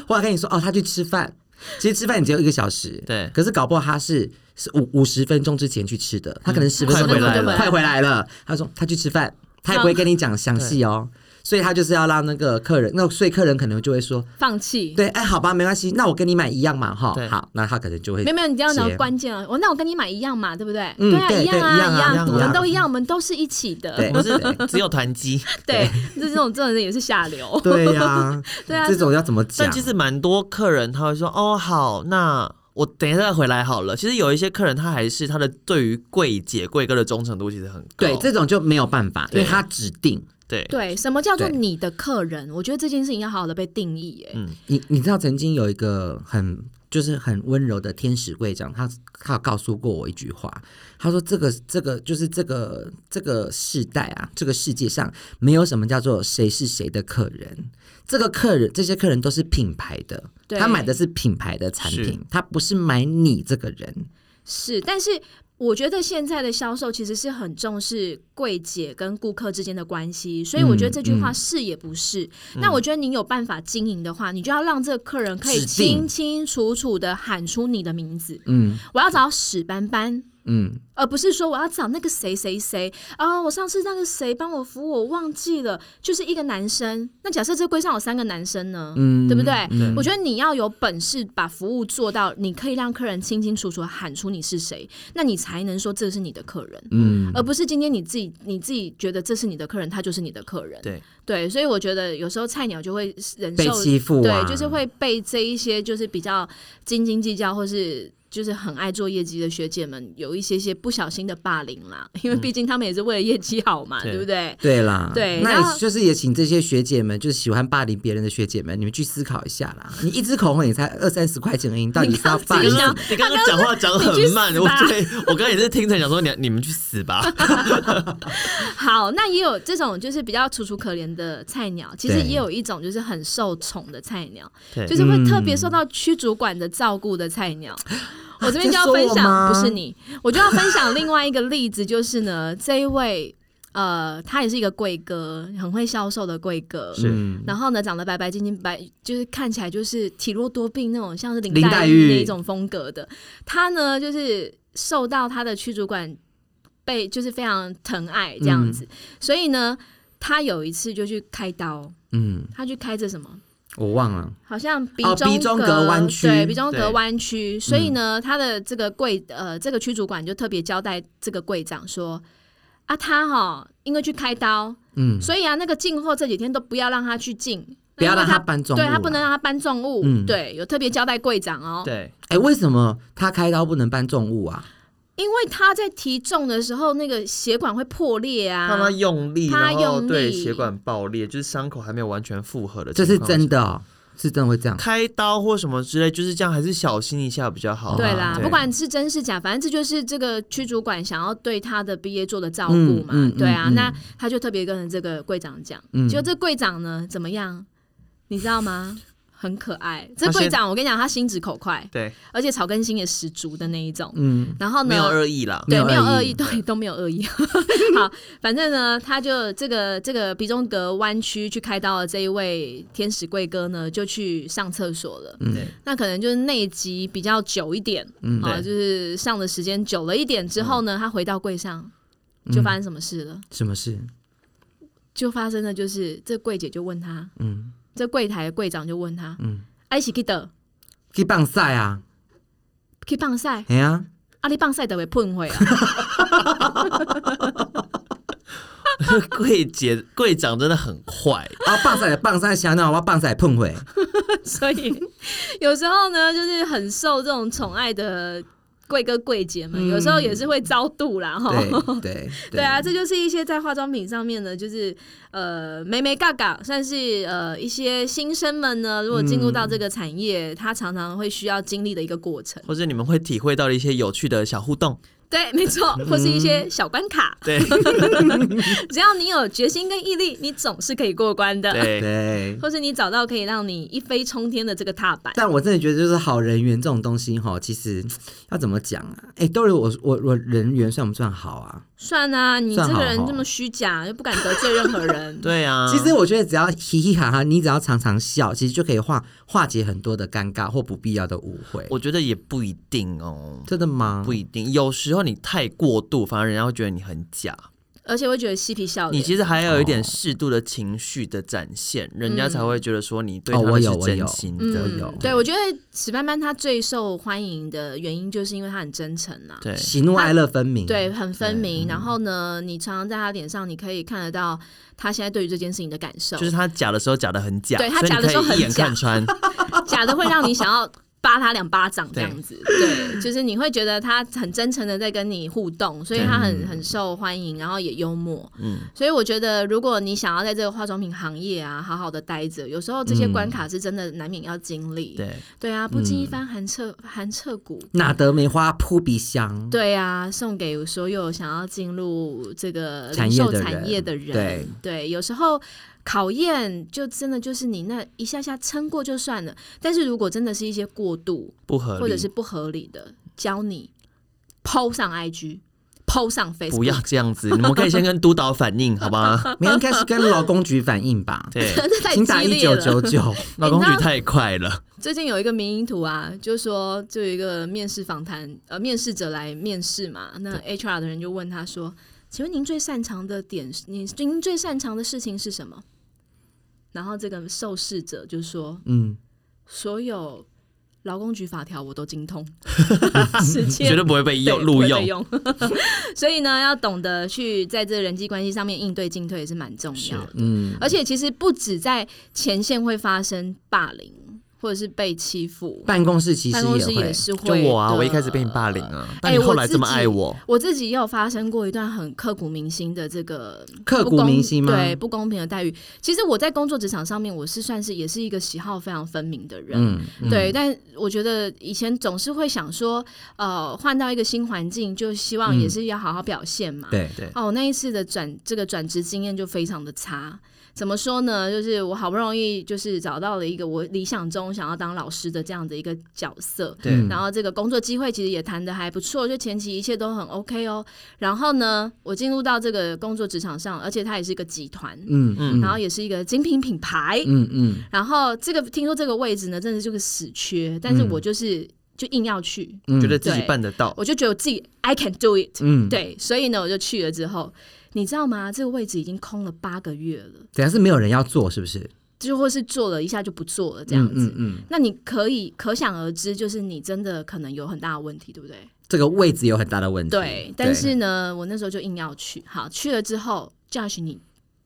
Speaker 2: 或者跟你说哦，他去吃饭。其实吃饭你只有一个小时，
Speaker 4: 对
Speaker 2: 可是搞不好他是是五五十分钟之前去吃的，他
Speaker 3: 嗯
Speaker 2: 可能十分钟
Speaker 4: 快回来
Speaker 2: 就
Speaker 4: 了
Speaker 2: 快回来了。他说他去吃饭，他也不会跟你讲详细哦，所以他就是要让那个客人，那所以客人可能就会说，
Speaker 3: 放弃。
Speaker 2: 对，哎，好吧，没关系，那我跟你买一样嘛，哈
Speaker 4: 对，
Speaker 2: 好，那他可能就会
Speaker 3: 没有没有，你这样讲
Speaker 2: 结
Speaker 3: 关键啊！我那我跟你买一样嘛，对不对？
Speaker 2: 嗯
Speaker 3: 对啊，
Speaker 2: 对
Speaker 3: 样啊，
Speaker 2: 对一样啊
Speaker 4: 一样啊
Speaker 3: 我们都一样，我们都是一起的
Speaker 2: 对。
Speaker 4: 不是只有团 肌，
Speaker 3: 对，这这种这种人也是下流。，
Speaker 2: 对呀
Speaker 3: 对啊
Speaker 2: 这种要怎么讲
Speaker 4: 但其？实蛮多客人他会说，哦，好，那。我等一下再回来好了。其实有一些客人，他还是他的对于柜姐、柜哥的忠诚度其实很高。
Speaker 2: 对，
Speaker 3: 哦
Speaker 2: 这种就没有办法，因
Speaker 4: 对
Speaker 2: 为他指定
Speaker 4: 对，
Speaker 3: 对，什么叫做
Speaker 2: 对
Speaker 3: 你的客人？我觉得这件事情要好好的被定义。哎，
Speaker 4: 嗯，
Speaker 2: 你你知道曾经有一个很就是很温柔的天使柜长，他他有告诉过我一句话，他说这个这个就是这个这个世代啊，这个世界上没有什么叫做谁是谁的客人，这个客人这些客人都是品牌的，
Speaker 3: 对
Speaker 2: 他买的是品牌的产
Speaker 4: 是
Speaker 2: 品，他不是买你这个人，
Speaker 3: 是，但是我觉得现在的销售其实是很重视柜姐跟顾客之间的关系，所以我觉得这句话
Speaker 2: 嗯
Speaker 3: 是也不是。那我觉得你有办法经营的话，你就要让这个客人可以
Speaker 2: 指
Speaker 3: 清
Speaker 2: 定
Speaker 3: 清楚楚的喊出你的名字。
Speaker 2: 嗯
Speaker 3: 我要找史斑斑，
Speaker 2: 嗯，
Speaker 3: 而不是说我要找那个谁谁谁啊、我上次那个谁帮我服务，我忘记了，就是一个男生。那假设这柜上有三个男生呢，
Speaker 2: 嗯
Speaker 3: 对不对？哦
Speaker 2: 嗯
Speaker 3: 我觉得你要有本事把服务做到，你可以让客人清清楚楚地喊出你是谁，那你才能说这是你的客人。
Speaker 2: 嗯
Speaker 3: 而不是今天你自己你自己觉得这是你的客人，他就是你的客人。
Speaker 4: 对
Speaker 3: 对，所以我觉得有时候菜鸟就会忍
Speaker 2: 被
Speaker 3: 受
Speaker 2: 欺负啊，
Speaker 3: 对，就是会被这一些就是比较斤斤计较，或是就是很爱做业绩的学姐们有一些些不小心的霸凌啦，因为毕竟他们也是为了业绩好嘛，
Speaker 4: 对
Speaker 3: 对不对？
Speaker 2: 嗯对啦，
Speaker 3: 对然
Speaker 2: 那
Speaker 3: 后
Speaker 2: 也就是也请这些学姐们，就是喜欢霸凌别人的学姐们，你们去思考一下啦。你一支口红也才二三十块钱而已，你到底是要霸
Speaker 3: 你
Speaker 2: 凌
Speaker 3: 刚
Speaker 2: 什
Speaker 3: 刚
Speaker 2: 么？
Speaker 4: 你刚刚讲话讲得很慢，
Speaker 3: 你去死
Speaker 4: 我
Speaker 3: 吧
Speaker 4: 对我刚刚也是听成讲说你你们去死 吧，
Speaker 3: 好，那也有这种就是比较楚楚可怜的菜鸟，其实
Speaker 2: 对
Speaker 3: 也有一种就是很受宠的菜鸟，
Speaker 4: 对
Speaker 3: 就是会
Speaker 2: 嗯
Speaker 3: 特别受到区主管的照顾的菜鸟。我这边就要
Speaker 2: 在说
Speaker 3: 分
Speaker 2: 我
Speaker 3: 享，
Speaker 2: 吗
Speaker 3: 不是你，我就要分享另外一个例子，就是呢，这一位呃，他也是一个贵哥，很会销售的贵哥，
Speaker 4: 是
Speaker 2: 嗯，
Speaker 3: 然后呢，长得白白净净白，就是看起来就是体弱多病那种，像是林
Speaker 2: 林
Speaker 3: 黛
Speaker 2: 黛
Speaker 3: 玉
Speaker 2: 玉
Speaker 3: 那一种风格的。她呢，就是受到她的区主管被就是非常疼爱这
Speaker 2: 嗯
Speaker 3: 样子，所以呢，她有一次就去开刀，
Speaker 2: 嗯，
Speaker 3: 她去开这什么？
Speaker 2: 我忘了，
Speaker 3: 好像鼻
Speaker 2: 哦
Speaker 3: 中
Speaker 2: 鼻中隔弯曲嗯
Speaker 3: 对鼻中隔
Speaker 4: 对
Speaker 3: 弯曲，所以呢，她的这个柜呃，这个区主管就特别交代这个柜长说：“啊，他哈因为去开刀，
Speaker 2: 嗯，
Speaker 3: 所以啊，那个进货这几天都不要让他去进，
Speaker 2: 不要
Speaker 3: 那因为
Speaker 2: 让
Speaker 3: 他
Speaker 2: 他搬重物啊
Speaker 3: 对他
Speaker 2: 啦
Speaker 3: 不能让他搬重物，
Speaker 2: 嗯
Speaker 3: 对，有特别交代柜长哦，
Speaker 4: 对，
Speaker 2: 哎、为什么他开刀不能搬重物啊？
Speaker 3: 因为他在提重的时候，那个血管会破裂啊，
Speaker 4: 让他用力，
Speaker 3: 他
Speaker 4: 然后
Speaker 3: 用力
Speaker 4: 对血管爆裂，就是伤口还没有完全复合的情
Speaker 2: 这
Speaker 4: 况下，
Speaker 2: 是真的哦，是真的会这样。
Speaker 4: 开刀或什么之类，就是这样，还是小心一下比较
Speaker 2: 哦
Speaker 4: 好。
Speaker 3: 对啦，
Speaker 4: 对
Speaker 3: 不管是真是假，反正这就是这个区主管想要对他的毕业做的照顾嘛。
Speaker 2: 嗯嗯嗯
Speaker 3: 对啊，
Speaker 2: 嗯
Speaker 3: 那他就特别跟这个柜长讲，
Speaker 2: 嗯
Speaker 3: 结果这柜长呢怎么样，你知道 吗？很可爱，
Speaker 4: 他
Speaker 3: 这
Speaker 4: 先
Speaker 3: 柜长我跟你讲，他心直口快，
Speaker 4: 对，
Speaker 3: 而且草根性也十足的那一种。
Speaker 2: 嗯，
Speaker 3: 然后呢，
Speaker 4: 没有恶意啦。
Speaker 3: 对，
Speaker 2: 没
Speaker 3: 没
Speaker 2: 有
Speaker 3: 有
Speaker 2: 恶
Speaker 3: 恶
Speaker 2: 意
Speaker 3: 意，对，都没有恶意。 好，反正呢，他就这个这个鼻中隔弯曲去开刀的这一位天使贵哥呢，就去上厕所了。
Speaker 2: 嗯
Speaker 4: 对
Speaker 3: 那可能就是内急比较久一点，
Speaker 2: 嗯
Speaker 3: 啊，
Speaker 4: 对
Speaker 3: 就是上的时间久了一点之后呢，他回到柜上就发生什么事了？
Speaker 2: 什么事？
Speaker 3: 就发生的就是这柜姐就问他，
Speaker 2: 嗯，
Speaker 3: 这柜台的柜长就问他，
Speaker 2: 嗯
Speaker 3: 嗯，埃起 kid
Speaker 2: 去棒赛啊？
Speaker 3: 去啊棒赛，
Speaker 2: 哎呀、
Speaker 3: 阿里棒赛得被碰回啊，
Speaker 4: 柜姐柜长真的很坏，
Speaker 2: 啊，棒赛棒赛想那我要棒赛碰回，
Speaker 3: 所以有时候呢，就是很受这种宠爱的贵哥贵姐们，有时候也是会遭妒啦，哈。
Speaker 2: 对对
Speaker 3: 对啊，，这就是一些在化妆品上面呢，就是呃，美美嘎嘎，算是呃一些新生们呢，如果进入到这个产业，他常常会需要经历的一个过程。
Speaker 4: 或者你们会体会到一些有趣的小互动。
Speaker 3: 对，没错，或是一些小关卡，
Speaker 4: 对
Speaker 3: 只要你有决心跟毅力，你总是可以过关的，
Speaker 4: 对，。
Speaker 2: 对。
Speaker 3: 或是你找到可以让你一飞冲天的这个踏板。
Speaker 2: 但我真的觉得，就是好人缘这种东西哈，其实要怎么讲啊？哎、豆豆，我我我人缘算不算好啊？
Speaker 3: 算啊，你
Speaker 2: 算
Speaker 3: 这个
Speaker 2: 好
Speaker 3: 人
Speaker 2: 哦
Speaker 3: 这么虚假，又不敢得罪任何人
Speaker 4: 对
Speaker 3: 嗯
Speaker 4: 啊。
Speaker 2: 其实我觉得只要嘻嘻哈哈，你只要常常笑，其实就可以化化解很多的尴尬或不必要的误会。
Speaker 4: 我觉得也不一定哦，
Speaker 2: 真的吗？
Speaker 4: 不一定。有时候你太过度，反而人家会觉得你很假。
Speaker 3: 而且会觉得嬉皮笑
Speaker 4: 你
Speaker 3: 脸。
Speaker 4: 其实还要有一点适度的情绪的展现，人家才会觉得说你对
Speaker 2: 哦
Speaker 4: 他
Speaker 2: 我
Speaker 4: 们
Speaker 2: 有
Speaker 4: 是
Speaker 2: 我有
Speaker 4: 真心的。
Speaker 2: 我有
Speaker 3: 对我觉得史班班她最受欢迎的原因，就是因为她很真诚啊。
Speaker 4: 对，
Speaker 2: 喜怒哀乐分明。
Speaker 3: 对，很分明。然后呢，你常常在他脸上，你可以看得到他现在对于这件事情的感受，
Speaker 4: 就是他假的时候假的很假，
Speaker 3: 对他
Speaker 4: 所以
Speaker 3: 假的
Speaker 4: 你
Speaker 3: 时候
Speaker 4: 可以一眼
Speaker 3: 很假
Speaker 4: 看穿。
Speaker 3: 哦假的会让你想要扒他两巴掌这
Speaker 4: 对
Speaker 3: 样子。对，就是你会觉得他很真诚的在跟你互动，所以他很很受欢迎，然后也幽默。
Speaker 4: 嗯，
Speaker 3: 所以我觉得，如果你想要在这个化妆品行业啊，好好的待着，有时候这些关卡是真的难免要经历。
Speaker 4: 对，
Speaker 3: 对啊，不经一
Speaker 2: 嗯
Speaker 3: 番寒彻寒彻骨。
Speaker 2: 哪得梅花扑鼻香？
Speaker 3: 对啊，送给所有想要进入这个
Speaker 2: 产
Speaker 3: 零
Speaker 2: 业
Speaker 3: 售
Speaker 2: 的
Speaker 3: 产业的
Speaker 2: 人
Speaker 3: 人，
Speaker 2: 对
Speaker 3: 有时候考验就真的就是你那一下下撑过就算了，但是如果真的是一些过度
Speaker 4: 不合理，
Speaker 3: 或者是不合理的，教你抛上 IG，抛上 Facebook，
Speaker 4: 不要这样子，你们可以先跟督导反映，好吧？？
Speaker 2: 没有应该是跟劳工局反映吧
Speaker 4: 对，
Speaker 3: 这太
Speaker 2: 请打
Speaker 3: 激
Speaker 2: 一
Speaker 3: 烈
Speaker 2: 九
Speaker 3: 了。哎
Speaker 2: 九 九。
Speaker 4: 老公局太快了，
Speaker 3: 最近有一个民音图啊，就说就有一个面试访谈，呃，面试者来面试嘛，那 HR 的人就问他说：“请问您最擅长的点是，您您最擅长的事情是什么？”然后这个受试者就说
Speaker 2: 嗯，：“
Speaker 3: 所有劳工局法条我都精通， 直接
Speaker 4: 绝对不会被用
Speaker 3: 对
Speaker 4: 录
Speaker 3: 不会
Speaker 4: 用。
Speaker 3: 被用。 所以呢，要懂得去在这人际关系上面应对进退也是蛮重要的。
Speaker 2: 嗯，
Speaker 3: 而且其实不止在前线会发生霸凌或者是被欺负，
Speaker 2: 办公室其实
Speaker 3: 办公
Speaker 2: 也
Speaker 3: 室
Speaker 2: 会
Speaker 3: 也。是会
Speaker 4: 就我啊，
Speaker 3: 的
Speaker 4: 我一开始被你霸凌。啊，但你
Speaker 3: 哎
Speaker 4: 后来
Speaker 3: 我自
Speaker 4: 这么
Speaker 3: 己
Speaker 4: 爱我，
Speaker 3: 我自己也有发生过一段很刻骨铭心的这个
Speaker 2: 刻
Speaker 3: 不
Speaker 2: 骨
Speaker 3: 公
Speaker 2: 铭心吗
Speaker 3: 对不公平的待遇。其实我在工作职场上面，我是算是也是一个喜好非常分明的人，
Speaker 2: 嗯，嗯
Speaker 3: 对，但我觉得以前总是会想说，呃，换到一个新环境，就希
Speaker 2: 嗯
Speaker 3: 望也是要好好表现嘛。
Speaker 2: 对
Speaker 4: 对
Speaker 3: 哦，那一次的转这个转职经验就非常的差。怎么说呢？就是我好不容易就是找到了一个我理想中想要当老师的这样的一个角色，
Speaker 4: 对
Speaker 2: 嗯
Speaker 3: 然后这个工作机会其实也谈的还不错，就前期一切都很 OK 哦。然后呢，我进入到这个工作职场上，而且它也是一个集团，
Speaker 2: 嗯嗯，
Speaker 3: 然后也是一个精品品牌，
Speaker 2: 嗯嗯，
Speaker 3: 然后这个听说这个位置呢，真的是个死缺，但是
Speaker 2: 嗯
Speaker 3: 我就是、就硬要去，
Speaker 2: 嗯
Speaker 4: 觉得自己
Speaker 3: 对
Speaker 4: 办得到，
Speaker 3: 我就觉得我自己 I can do it，、
Speaker 2: 嗯，
Speaker 3: 对，所以呢，我就去了之后，你知道吗？这个位置已经空了八个月了，
Speaker 2: 等下是没有人要做，是不是？
Speaker 3: 就或是做了一下就不做了这样子。
Speaker 2: 嗯嗯嗯，
Speaker 3: 那你可以可想而知，就是你真的可能有很大的问题，对不对？
Speaker 2: 这个位置有很大的问题。
Speaker 3: 对，但是呢，我那时候就硬要去。好，去了之后，Josh，你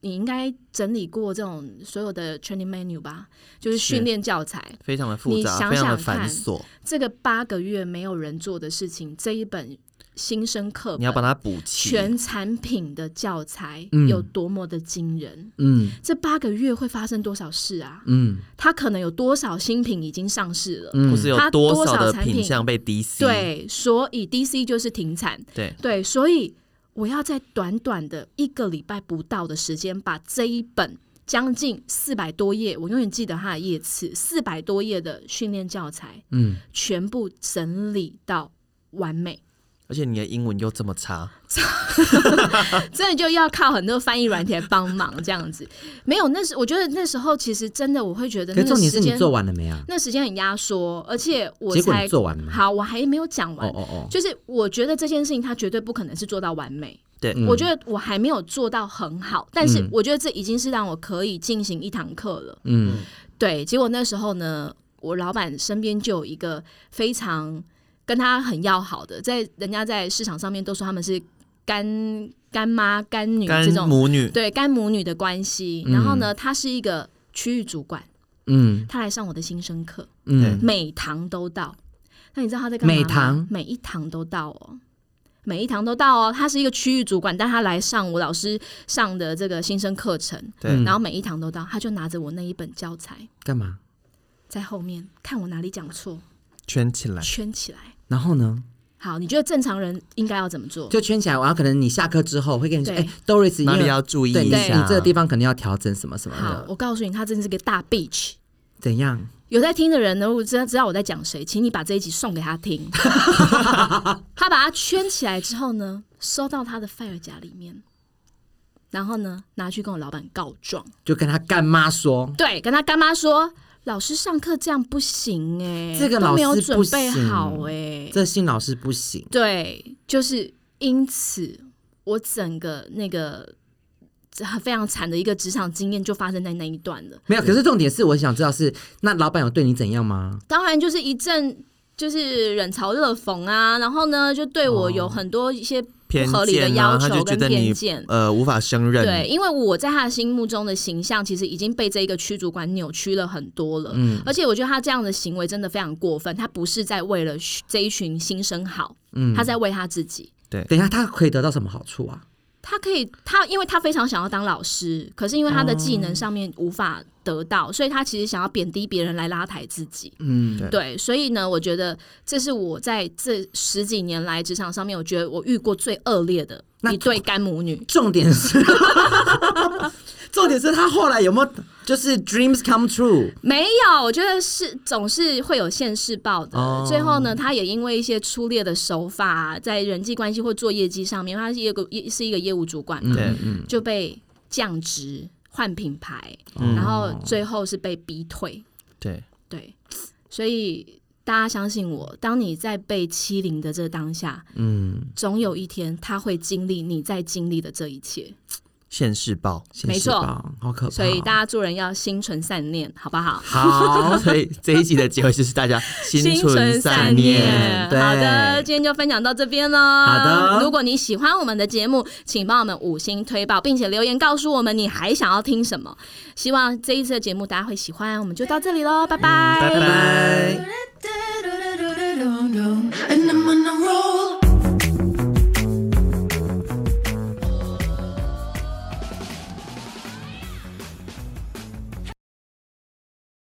Speaker 3: 你应该整理过这种所有的 training menu 吧？就是
Speaker 4: 是
Speaker 3: 训练教材，
Speaker 4: 非常的复
Speaker 3: 你
Speaker 4: 杂，
Speaker 3: 想
Speaker 4: 非常的
Speaker 3: 想看
Speaker 4: 繁琐，
Speaker 3: 这个八个月没有人做的事情，这一本新生课
Speaker 4: 你要把
Speaker 3: 本
Speaker 4: 它补齐。
Speaker 3: 全产品的教材
Speaker 2: 嗯
Speaker 3: 有多么的惊人。
Speaker 2: 嗯
Speaker 3: 这八个月会发生多少事啊？
Speaker 2: 嗯
Speaker 3: 它可能有多少新品已经上市了？
Speaker 4: 或
Speaker 2: 嗯，
Speaker 4: 是
Speaker 3: 它
Speaker 4: 有
Speaker 3: 多
Speaker 4: 少
Speaker 3: 少
Speaker 4: 的
Speaker 3: 产
Speaker 4: 品
Speaker 3: 品
Speaker 4: 相被 DC？
Speaker 3: 对，所以 DC 就是停产，
Speaker 4: 对，
Speaker 3: 对，所以我要在短短的一个礼拜不到的时间，把这一本将近四百多页，我永远记得它的页次，四百多页的训练教材
Speaker 2: 嗯，
Speaker 3: 全部整理到完美。
Speaker 4: 而且你的英文又这么差，
Speaker 3: 真的就要靠很多翻译软体来帮忙，这样子没有。那时我觉得那时候其实真的，我会觉得
Speaker 2: 可
Speaker 3: 那
Speaker 2: 是重
Speaker 3: 个
Speaker 2: 点是
Speaker 3: 时
Speaker 2: 你
Speaker 3: 间，
Speaker 2: 做完了没啊？
Speaker 3: 那时间很压缩，而且我
Speaker 2: 结果
Speaker 3: 才
Speaker 2: 你做完了没？
Speaker 3: 好，我还没有讲
Speaker 2: 哦
Speaker 3: 完。
Speaker 2: 哦哦，
Speaker 3: 就是我觉得这件事情，它绝对不可能是做到完美。
Speaker 4: 对，
Speaker 2: 嗯
Speaker 3: 我觉得我还没有做到很好，但是
Speaker 2: 嗯
Speaker 3: 我觉得这已经是让我可以进行一堂课了。
Speaker 2: 嗯
Speaker 3: 对，结果那时候呢，我老板身边就有一个非常跟他很要好的，在人家在市场上面都说他们是干干妈干女
Speaker 4: 干
Speaker 3: 这种
Speaker 4: 母女，
Speaker 3: 对干母女的关系。然后呢，他是一个区域主管，
Speaker 2: 嗯
Speaker 3: 他来上我的新生课，
Speaker 2: 嗯，
Speaker 3: 每堂都到。那你知道他在干嘛吗？
Speaker 2: 每堂
Speaker 3: 每一堂都到哦，每一堂都到哦。他是一个区域主管，但他来上我老师上的这个新生课程，
Speaker 4: 对
Speaker 2: 嗯
Speaker 3: 然后每一堂都到，他就拿着我那一本教材
Speaker 2: 干嘛？
Speaker 3: 在后面看我哪里讲错，
Speaker 4: 圈起来，
Speaker 3: 圈起来。
Speaker 2: 然后呢，
Speaker 3: 好，你觉得正常人应该要怎么做？
Speaker 2: 就圈起来，然后可能你下课之后会跟你说，
Speaker 3: 对
Speaker 2: 哎，Doris，
Speaker 4: 哪
Speaker 2: 因
Speaker 4: 里
Speaker 2: 为
Speaker 4: 要注意
Speaker 2: 对
Speaker 4: 一
Speaker 2: 你
Speaker 4: 下？
Speaker 2: 你这个地方可能要调整什么什么
Speaker 3: 好，
Speaker 2: 的，
Speaker 3: 我告诉你，他真的是个大 bitch。
Speaker 2: 怎样？
Speaker 3: 有在听的人呢，我知道知道我在讲谁，请你把这一集送给他 听。他把它圈起来之后呢，收到他的 file 夹里面，然后呢拿去跟我老板告状，
Speaker 2: 就跟他干妈说，
Speaker 3: 对，跟他干妈说，老师上课这样不行哎、
Speaker 2: 这个
Speaker 3: 都没有
Speaker 2: 老师不
Speaker 3: 准
Speaker 2: 行
Speaker 3: 备好哎、
Speaker 2: 这新老师不行，
Speaker 3: 对，就是因此我整个那个非常惨的一个职场经验就发生在那一段了。
Speaker 2: 没有。可是重点是，我想知道是那老板有对你怎样吗？
Speaker 3: 当然就是一阵就是冷嘲热讽啊，然后呢就对
Speaker 2: 哦
Speaker 3: 我有很多一些不
Speaker 4: 偏
Speaker 3: 合理的
Speaker 4: 见
Speaker 3: 要
Speaker 4: 啊，他
Speaker 3: 求
Speaker 4: 就觉
Speaker 3: 跟
Speaker 4: 得
Speaker 3: 偏
Speaker 4: 你
Speaker 3: 见。
Speaker 4: 呃无法胜任，
Speaker 3: 对，因为我在他的心目中的形象，其实已经被这一个区主管扭曲了很多了。
Speaker 2: 嗯
Speaker 3: 而且我觉得他这样的行为真的非常过分，他不是在为了这一群新生好，
Speaker 2: 嗯，
Speaker 3: 他在为他自己。
Speaker 2: 等一下，他可以得到什么好处啊？
Speaker 3: 他可以，他因为他非常想要当老师，可是因为他的技
Speaker 2: 哦
Speaker 3: 能上面无法得到，所以他其实想要贬低别人来拉抬自己。
Speaker 2: 嗯，
Speaker 4: 对
Speaker 3: 对，所以呢，我觉得这是我在这十几年来职场上面，我觉得我遇过最恶劣的
Speaker 2: 那
Speaker 3: 一对干母女。
Speaker 2: 重点是， 重点是他后来有没有就是 dreams come true？
Speaker 3: 没有，我觉得是总是会有现世报的。
Speaker 2: 哦
Speaker 3: 最后呢，他也因为一些粗劣的手法，在人际关系或做业绩上面，他是一个业是一个业务主管嘛，
Speaker 4: 对
Speaker 2: 嗯，哦
Speaker 3: 就被降职、换品牌，
Speaker 4: 嗯
Speaker 3: 然后最后是被逼退。
Speaker 4: 对，
Speaker 3: 对，所以大家相信我，当你在被欺凌的这当下，
Speaker 2: 嗯，
Speaker 3: 总有一天他会经历你在经历的这一切，
Speaker 4: 现世 报。
Speaker 3: 没错
Speaker 2: 现实吧，好可怕哦。
Speaker 3: 所以大家做人要心存善念，好不好？
Speaker 4: 好，所以这一集的结尾就是大家心存
Speaker 2: 善念对
Speaker 3: 好的，今天就分享到这边喽。
Speaker 2: 好的
Speaker 3: 如果你喜欢我们的节目，请帮我们五星推爆，并且留言告诉我们你还想要
Speaker 2: 嗯
Speaker 3: 听什么。希望这一次的节目大家会喜欢，我们就到这里喽，拜拜，
Speaker 4: 拜拜。
Speaker 1: But